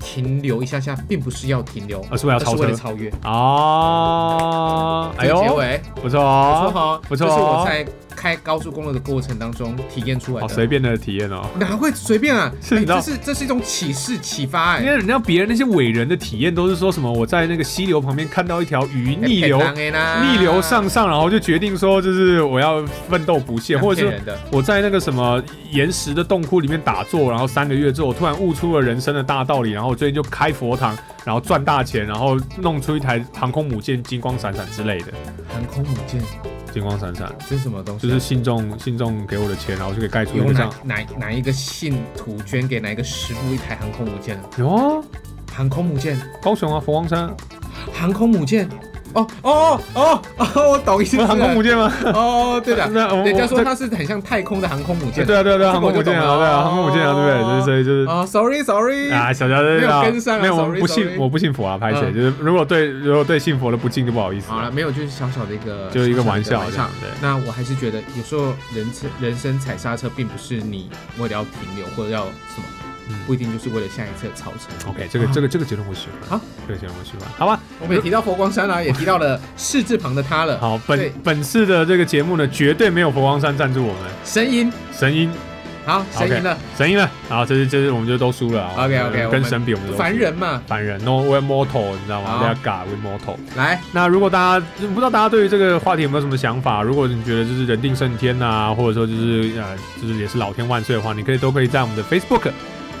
B: 停留一下下，并不是要停留，
A: 啊而是为了
B: 而
A: 超
B: 是为
A: 车
B: 了超越。
A: 啊，哎
B: 这个结
A: 呦，
B: 尾
A: 不错
B: 不错
A: 哦，
B: 哈，
A: 不错哦
B: 这是我在开高速公路的过程当中体验出来
A: 好
B: 的。
A: 随便的体验哦。
B: 哪会随便啊？
A: 是
B: 哎
A: 你知道
B: 这是这是一种启示启发哎、
A: 因为人家别人那些伟人的体验都是说什么，我在那个溪流旁边看到一条鱼
B: 哎
A: 逆流，
B: 啊
A: 逆
B: 逆
A: 流上上，然后就决定说，就是我要奋斗不懈，或者
B: 骗
A: 是
B: 人的。
A: 我在那个什么岩石的洞窟里面打坐，然后三个月之后，我突然悟出了人生的大道理，然后我最近就开佛堂，然后赚大钱，然后弄出一台航空母舰，金光闪闪之类的，
B: 航空母舰
A: 金光闪闪。
B: 这是什么东西
A: 就
B: 啊、
A: 是信众信众给我的钱，然后就可以盖出一
B: 有
A: 个这
B: 哪
A: 样。
B: 哪哪一个信徒捐给哪一个师傅一台航空母舰啊？
A: 有啊，
B: 航空母舰，
A: 高雄啊，佛光山，
B: 航空母舰。哦哦哦哦哦， (laughs) 我懂意思
A: 不是
B: 了。
A: 航空母舰吗？
B: 哦，
A: (laughs)
B: 对的，
A: 那我
B: 人家说
A: 我
B: 它是很像太空的航空母
A: 对
B: 舰。
A: 对啊对啊对啊，
B: 这
A: 航
B: 个
A: 空
B: 我
A: 母
B: 就
A: 舰
B: 懂
A: 啊，
B: 了
A: 对啊，航空母舰啊，对不对？就是所以就是
B: 哦，sorry sorry，
A: 啊，小家对啊，
B: 没有跟上啊
A: 没有，我
B: sorry，
A: 不信，
B: sorry
A: 我不信佛啊，拍谁？
B: 嗯
A: 就是如果对如果对信佛的不敬就不好意思啊
B: 好了，
A: 了，
B: 没有，就是小小的一个，
A: 就是一个玩笑
B: 小小的一
A: 这
B: 个
A: 样
B: 玩笑。
A: 对。
B: 那我还是觉得，有时候人生人生踩刹车，并不是你为了要停留或者要
A: 嗯
B: 什
A: 哦
B: 么，不一定就是为了下一次的超车。
A: OK，这个这个这个结论我喜欢，
B: 啊好，
A: 这个结论我喜欢，好吧，
B: 我们也提到佛光山啦、啊也提到了四字旁的他了。
A: 好，
B: 对
A: 本本次的这个节目呢，绝对没有佛光山赞助我们，
B: 神音，
A: 神鹰
B: 好，神音了，
A: 神鹰了，好，这是这是我们就都输了啊
B: OK，OK，
A: 我们
B: 我
A: 跟
B: 们
A: 神比我们都输
B: 凡人啊嘛，
A: 凡人，no we're mortal，你知道吗
B: 好
A: ？We are God, we're mortal。
B: 来，
A: 那如果大家不知道大家对于这个话题有没有什么想法？如果你觉得就是人定胜天呐、或者说就是呃，就是也是老天万岁的话，你可以都可以在我们的 Facebook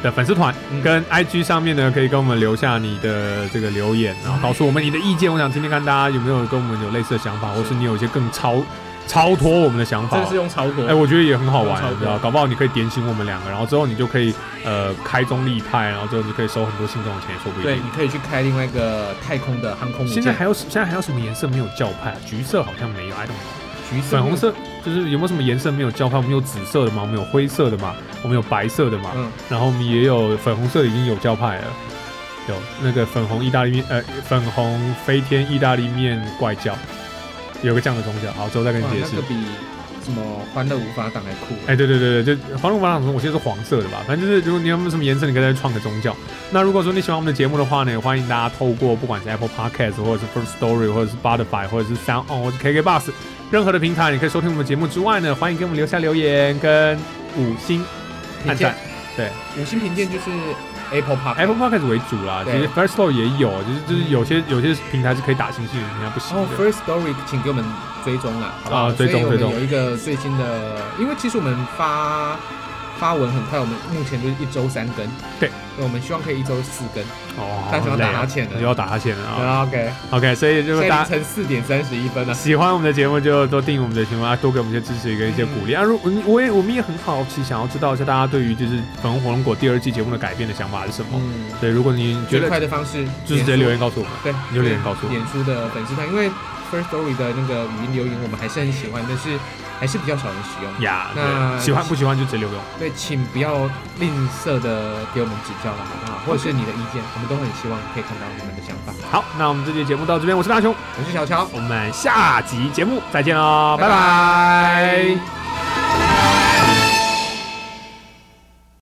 A: 的粉丝团
B: 嗯
A: 跟 IG 上面呢，可以跟我们留下你的这个留言，
B: 嗯
A: 然后告诉我们你的意见。我想听听看大家有没有跟我们有类似的想法，或是你有一些更超超脱我们的想法
B: 真。的是用超脱。
A: 哎、我觉得也很好玩
B: 超，脱
A: 你知道，搞不好你可以点醒我们两个，然后之后你就可以呃开宗立派，然后之后你就可以收很多信众的钱，也说不一定
B: 对，。你可以去开另外一个太空的航空母
A: 现
B: 舰，
A: 在还有现在还有什么颜色没有教派、啊橘色好像没有，I don't know。
B: 橘色、
A: 粉红，色就是有没有什么颜色没有交换？我们有紫色的嘛，我们有灰色的嘛，我们有白色的嘛，
B: 嗯，
A: 然后我们也有粉红色的已经有教派了，有那个粉红意大利面，呃，粉红飞天意大利面怪叫，有个这样的东西啊，好，之后再跟你
B: 哇，
A: 解
B: 哦那
A: 释
B: 个。比什么欢乐无法挡还酷。
A: 哎、对对对对，就黄龙法总，我记得是黄色的吧。反正就是，如果你有没有什么颜色，你可以再创个宗教。那如果说你喜欢我们的节目的话呢，也欢迎大家透过不管是 Apple Podcast 或者是 First Story 或者是 Spotify 或者是 Sound On 或者是 KK Bus 任何的平台，你可以收听我们的节目之外呢，欢迎给我们留下留言跟五星
B: 评
A: 按
B: 鉴
A: 赞。对，
B: 五星评鉴就是 Apple Park。
A: Apple Podcast 为主啦，其
B: 对
A: 实 First Story 也有，就是就是有些有些平台是可以打星星的，人家不行
B: 然后
A: 的。
B: First Story，请给我们追踪啦，好不好？
A: 啊追踪
B: 所以我
A: 追
B: 们
A: 踪
B: 有一个最新的，因为其实我们发发文很快，我们目前就是一周三更，
A: 对，
B: 所以我们希望可以一周四更。
A: 哦，
B: 但是要打
A: 累啊
B: 哈欠了
A: 又要打哈欠了啊。
B: OK，
A: OK，所以就是
B: 现在
A: 大
B: 凌
A: 家
B: 晨四点三十一分了。啊
A: 喜欢我们的节目就多订我们的节目啊，多给我们一些支持跟一些鼓励
B: 嗯
A: 啊。如你我也我们也很好奇，想要知道一下大家对于就是《粉红火龙果》第二季节目的改变的想法是什么。
B: 嗯，
A: 对，如果你觉
B: 最
A: 得
B: 快的方式
A: 就是直接留言，告诉我们。
B: 对，
A: 你就留言告诉我
B: 脸书的粉丝团，因为 First Story 的那个语音留言我们还是很喜欢，但是还是比较少人使用。
A: 呀，
B: (laughs) 那
A: 对，喜欢不喜欢就直接留给我们。
B: 对，请不要吝啬的给我们指教了，好不好？或者是你的意见，我们都很希望可以看到你们的想法。
A: 好，那我们这期节目到这边，我是大雄，
B: 我是小乔，
A: 啊我们下集节目再见喽，拜拜。
B: 拜